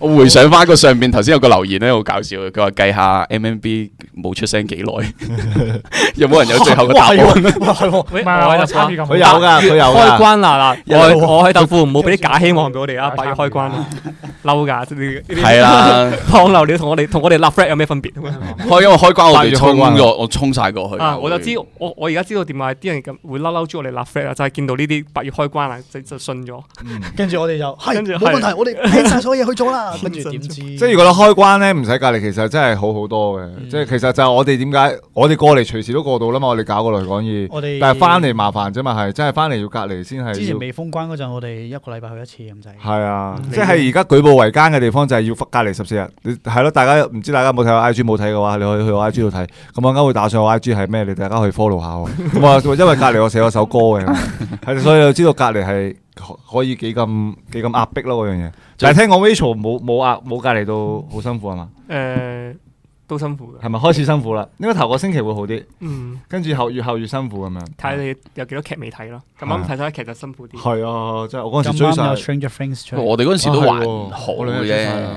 我回想翻個上邊頭先有個留言咧，好搞笑嘅，佢話計下 MMB 冇出聲幾耐， 有冇人有最後嘅答案？唔喂係我我喺度參與 咁佢有㗎， 佢有啊開㗎。關啦嗱，我我喺豆腐唔好俾啲假希望俾我哋啊！八月開關啦， 嬲㗎！呢啲 係，啦，放流料同我哋同我哋立 flag 有咩分別啊開因為開關我八月哋開衝關啊咗，我衝晒過去啊？我就知我我而家知道點解啲人咁會嬲嬲住我哋立 flag 啊啦，就係見到呢啲八月開關啦，就就信咗。跟住我哋就係跟住冇問題係，我哋拎晒所有嘢去做啦。跟住點知即即係如果你開關咧，唔使隔離，其實真係好好多嗯嘅。即係其實就係我哋點解我哋過嚟隨時都過到啦嘛，我哋搞過嚟講嘢。我哋但係翻嚟麻煩啫嘛，係真係翻嚟要隔離先係。之前未封關嗰陣，我哋一個禮拜去一次咁滯。係啊，即係而家舉步維艱嘅地方就係要隔離十四日。你係咯，大家唔知大家有冇睇我 I G 冇睇嘅話，你可以去我 I G 度睇。咁我啱啱會打上我 I G 係咩，你大家可以 follow 下喎。咁啊，因為隔離我寫咗首歌嘅， 係所以我知道隔離係可可以幾咁幾咁壓迫咯嗰樣嘢。但係聽講 Rachel 冇冇壓冇隔離到好辛苦係嘛？誒，都辛苦嘅。係咪開始辛苦啦？嗯應該頭個星期會好啲，嗯，跟住後越後越辛苦咁樣。睇你有幾多劇未睇咯。咁啱睇晒劇就辛苦啲。係啊，真係我嗰陣咁時追啱有晒。 Stranger Things 出嚟，我哋嗰陣時都啊還係喎好我哋都追啫嗯晒啦，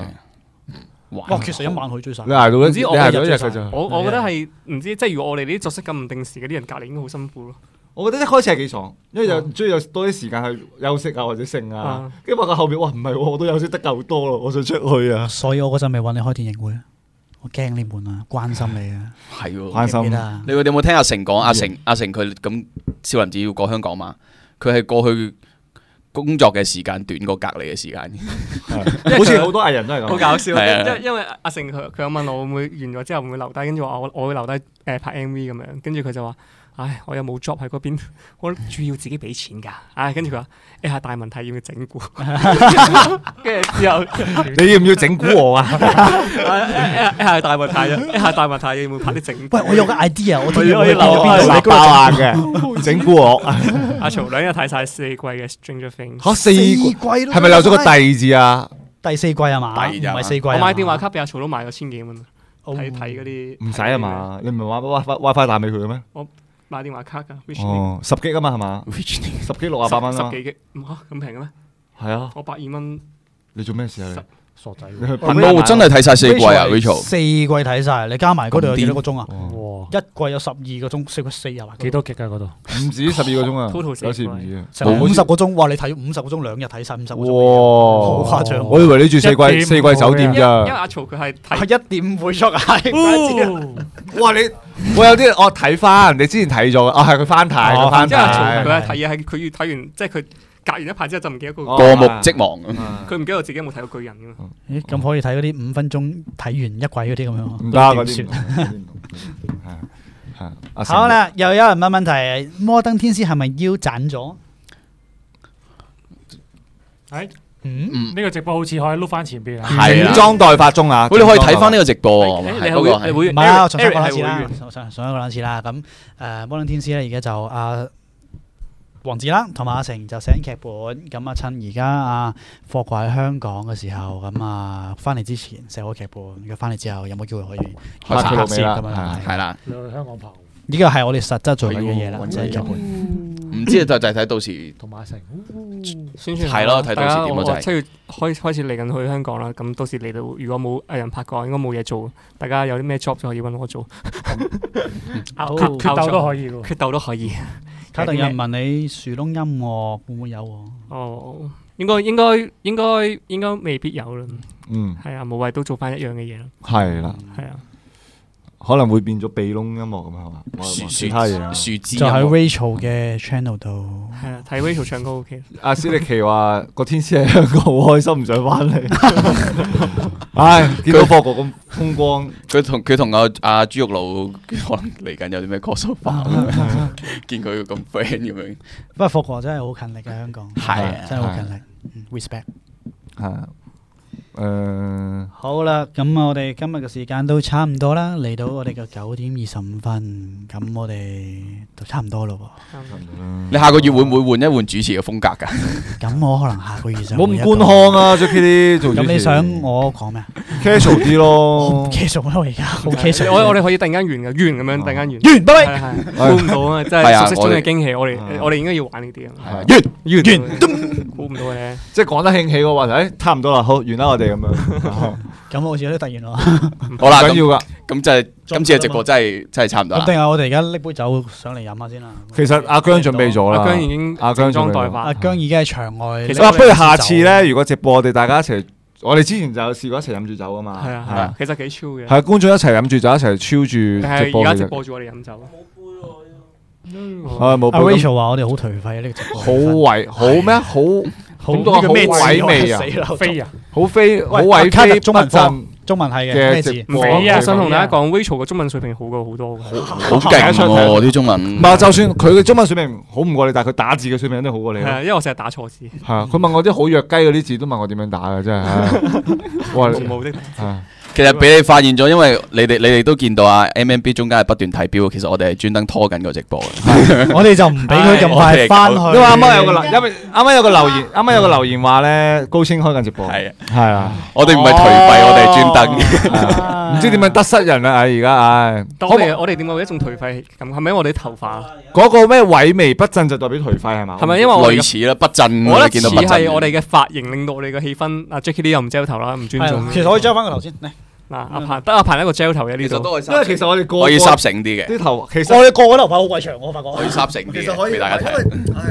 還哇，其實一晚去追晒你。捱到一，唔知你我捱到一日追晒嘅咋？啊我我覺得係唔知，即係如果我哋呢啲作息咁唔定時嗰啲人，隔離應該好辛苦咯。我覺得一開始係幾爽，因為有嗯中意有多啲時間去休息啊，或者剩啊嗯，跟住發覺後面哇唔係喎，我都休息得夠多咯，我想出去啊。所以我嗰陣咪揾你開電影會啊，我驚你悶啊，關心你啊，係喎。關記唔記心得啊你有冇聽阿成講？阿成阿成佢咁少林寺要過香港嘛？佢係過去工作嘅時間短過隔離嘅時間。好似好多藝人都係好咁。搞笑，係啊因因因為阿成佢佢有問我會唔會完咗之後會唔會留低，跟住我話我我會留低誒拍 MV 咁樣，跟住佢就話：唉，我又冇 job 喺嗰邊，我主要自己俾錢㗎。唉，跟住佢話：哎呀，大問題要唔要整蠱？跟住之後，你要唔要整蠱我啊？哎呀大問題啊，哎呀大問題要唔要拍啲整喂，蠱？我有個 idea，我我哋要我要留邊度？啊你嗰度整爆硬嘅，整蠱我阿曹兩日睇晒四季嘅 Stranger Things，嚇四四季季咯，係咪留咗個第字啊？第四季啊嘛？第二唔集啊係四季啊我嘛。買電話卡俾阿曹都賣咗千幾蚊，哦睇睇嗰啲唔使啊？嘛，你唔係玩 WiFi WiFi 打俾佢嘅咩？買電話卡㗎，which 哦，十幾啊嘛係嘛？十幾六啊八蚊啊十，幾嘅，哇咁平嘅咩？係啊！我百二蚊，你做咩事啊？傻仔你你去喎，噴啊我真係睇晒四季啊 Rachel ，Rachel。四季睇晒，你加埋嗰度有幾多個鐘啊？哦哇一，季有十二個鐘，四個四廿幾多極啊嗰度？唔止十二個鐘啊 Total 四，季有時唔止啊。成五十個鐘，哇！你睇五十個鐘，兩日睇晒五十個鐘，哇！好誇 어.張我以哦喎。為你住四一點季五四季酒店因為因為咋？阿曹佢係睇係一點五倍速係，唔怪之啦哇！你我有啲我睇翻，你之前睇咗嘅，哦係佢翻睇，佢翻即係阿曹佢係睇。睇嘢係佢要睇完，即係佢隔完一排之後就唔記得個，哦過目即忘，啊佢그唔記得我自己有冇睇過巨人㗎嘛。 咦咁可以睇嗰啲五分鐘睇完一季嗰啲咁樣啊唔得嗰點啲算唔同。嗰啲唔同係係阿成好，啦，又有人問問題，《摩登天師》係咪腰斬咗？係嗯，呢個直播好似可以碌翻前邊啊！係整啊。裝待發中啊！喂，你可以睇翻呢個個直播喎，誒係係不過會你係會唔係啊，Eric- 我重新 Eric 講兩係次啦會，重重新講兩次啦。咁誒，呃《摩登天師》咧，而家就啊阿王子啦，同埋阿成就寫緊劇本。咁啊，趁而家阿霍華喺香港嘅時候，咁啊翻嚟之前寫好劇本，佢翻嚟之後有冇機會可以拍拍劇啊攝咁啦樣？係啦，你去香港跑，嗯呢個係我哋實質做緊嘅嘢啦，係喎啊即係劇本。嗯唔知啊就就係睇到時同埋阿成，嗯宣傳係咯睇到時點咯就係啊七月開開始嚟緊去香港啦，咁到時嚟到如果冇藝人拍過，應該冇嘢做，大家有啲咩 job 就可以揾我做。好決決鬥都可以嘅。哦決鬥都可以。卡啊特有人問你樹窿音樂會唔會有喎？哦，應該應該應該應該未必有啦。嗯係啊，無謂都做翻一樣嘅嘢啦。係啦，係啊，可能會變咗鼻窿音樂咁係嘛？我樹其他嘢啊樹樹枝就喺音樂 Rachel 嘅 channel 度。係啊，睇 Rachel 唱歌 OK。阿斯力奇話個天師喺香港好開心，唔想翻嚟。唉，見到霍哥咁風光，佢同佢同阿阿朱玉露 可能嚟緊有啲咩 crossover 咁樣， 見佢咁 friend 咁樣，不過霍國真係好勤力嘅香港，係啊 아,真係好勤力嗯，respect。係啊 어.誒好啦，咁我哋今日嘅時間都差唔多啦，嚟到我哋嘅九點二十五分，咁我哋就差唔多咯你下個月會唔會換一換主持嘅風格㗎？喎。咁我可能下個月就 冇咁會一個官腔。啊，Jackie 做主持咁你想我講咩啊？ casual 啲咯，其實啊我而家好其實我我哋可以突然間完嘅，完咁樣突然間完，拜完，拜。係係估唔到啊！真係係啊熟悉中我哋嘅驚喜，我係哋我哋應該要玩呢啲啊！係啊完完，估唔到啊嘅。即係講得興起個話題，誒差唔多啦，好完啦，我哋咁樣， 咁好似都突然咯。好啦，緊咁要噶。咁就係今次嘅直播真係真係差唔多咁啦定。係我哋而家拎杯酒上嚟飲下先啦。其實阿姜準備咗啦，阿姜已經阿姜整裝準備待咗發阿。姜已經喺場外拎其咗實兩啊支酒。不如下次咧，如果直播我哋大家一齊，我哋之前就有試過一齊飲住酒噶嘛，係啊係係啊啊，其實幾超嘅。係觀眾一齊飲住酒，一齊超但住直係播而家其直實。播住我哋飲酒。啊冇阿報咁 Rachel 話我哋好頹廢啊呢個直播好偉好咩？好好點講啊呢個咩字好啊萎靡啊死啦我飛啊！好飛好喂偉卡特飛中不文科振中文係嘅嘅咩直字？播。唔俾俾啊啊！想同大家講，Rachel 嘅中文水平好過好多嘅。好勁喎啲中文唔。係，就算佢嘅中文水平好唔過你，但係佢打字嘅水平都好過你係咯。啊，因為我成日打錯字，係啊，佢問我啲好弱雞嗰啲字，都問我點樣打嘅，真係唉。哇！冇你冇的。啊其實俾你發現咗，因為你哋你哋都見到啊，MMB 中間係不斷睇表，其實我哋係專登拖緊個直播嘅。我哋就唔俾佢咁快翻去。因為啱啱有個留，因為啱啱有個留言，啱啱有個留言話咧，高清開緊直播。係啊，係啊，我哋唔係頹廢，我哋係專登。 唔知點樣得失人啦！啊唉，而家唉，但我哋我哋點解會一種頹廢咁？係咪因為我哋頭髮？嗰個咩萎靡不振就代表頹廢係嘛？係咪因為我哋類嘅？似啦，不振。我哋覺見得到似不振係我哋嘅髮型令到我哋嘅氣氛。阿 Jackie Lee 又唔 gel 頭啦，唔尊係啊重啦。其實可以將翻個頭先嚟。嗱，阿彭得阿彭一個 gel 頭嘅呢其實度。都因為係其實我哋個我要個濕醒啲嘅，啲頭，其實我哋個個頭髮好鬼長，我發覺。我要濕醒啲嘅，俾大家睇。因為唉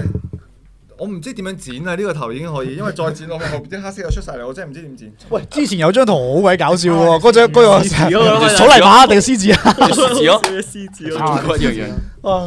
我唔知點樣剪啊！呢個頭已經可以，因為再剪落去後邊啲黑色又出晒嚟，我真係唔知點剪。喂，之前有張圖好鬼搞笑喎，嗰張嗰 個草泥馬定獅子啊？獅子咯，獅子咯。 一樣樣。啊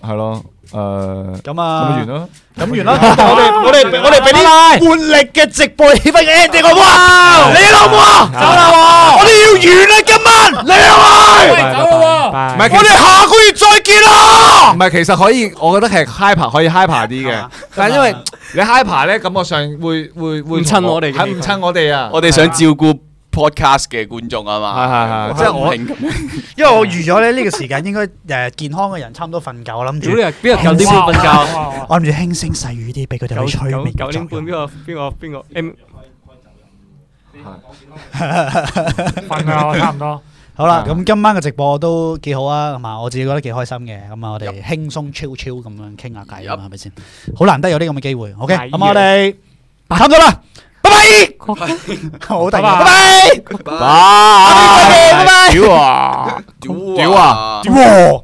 係咯，呃誒咁咁咪啊完，啦。咁完啦。我哋我哋我哋俾拜拜啲 活力嘅直播氣氛 ending 好唔好啊？你老母啊，走啦哦喎！我哋要完啦，今晚你老母！走咯喎！啊唔係，我哋下個月再見啦啊唔。係，其實可以，我覺得係 hyper 可以 hyper 啲嘅，但係因為你 hyper 咧，感覺上會會會同唔襯我哋嘅係唔襯我哋啊！我哋想照顧 podcast 嘅觀眾啊嘛，係係係即係我咁樣。因為我預咗咧呢個時間應該誒呃健康嘅人差唔多瞓覺，我諗屌住你啊！邊個九點半瞓覺？覺？我諗住輕聲細語啲俾佢哋去催九眠九點半作邊用個邊個邊個 M 瞓 啊，我差唔多。好啦，咁今晚嘅直播都幾好啊，同埋我自己覺得幾開心嘅，咁啊我哋輕鬆超超咁樣傾下偈啊嘛，係咪先？好難得有啲咁嘅機會，OK，係咁我哋差唔多啦，拜拜，好大，拜拜，哇！拜拜。屌啊！屌啊！哇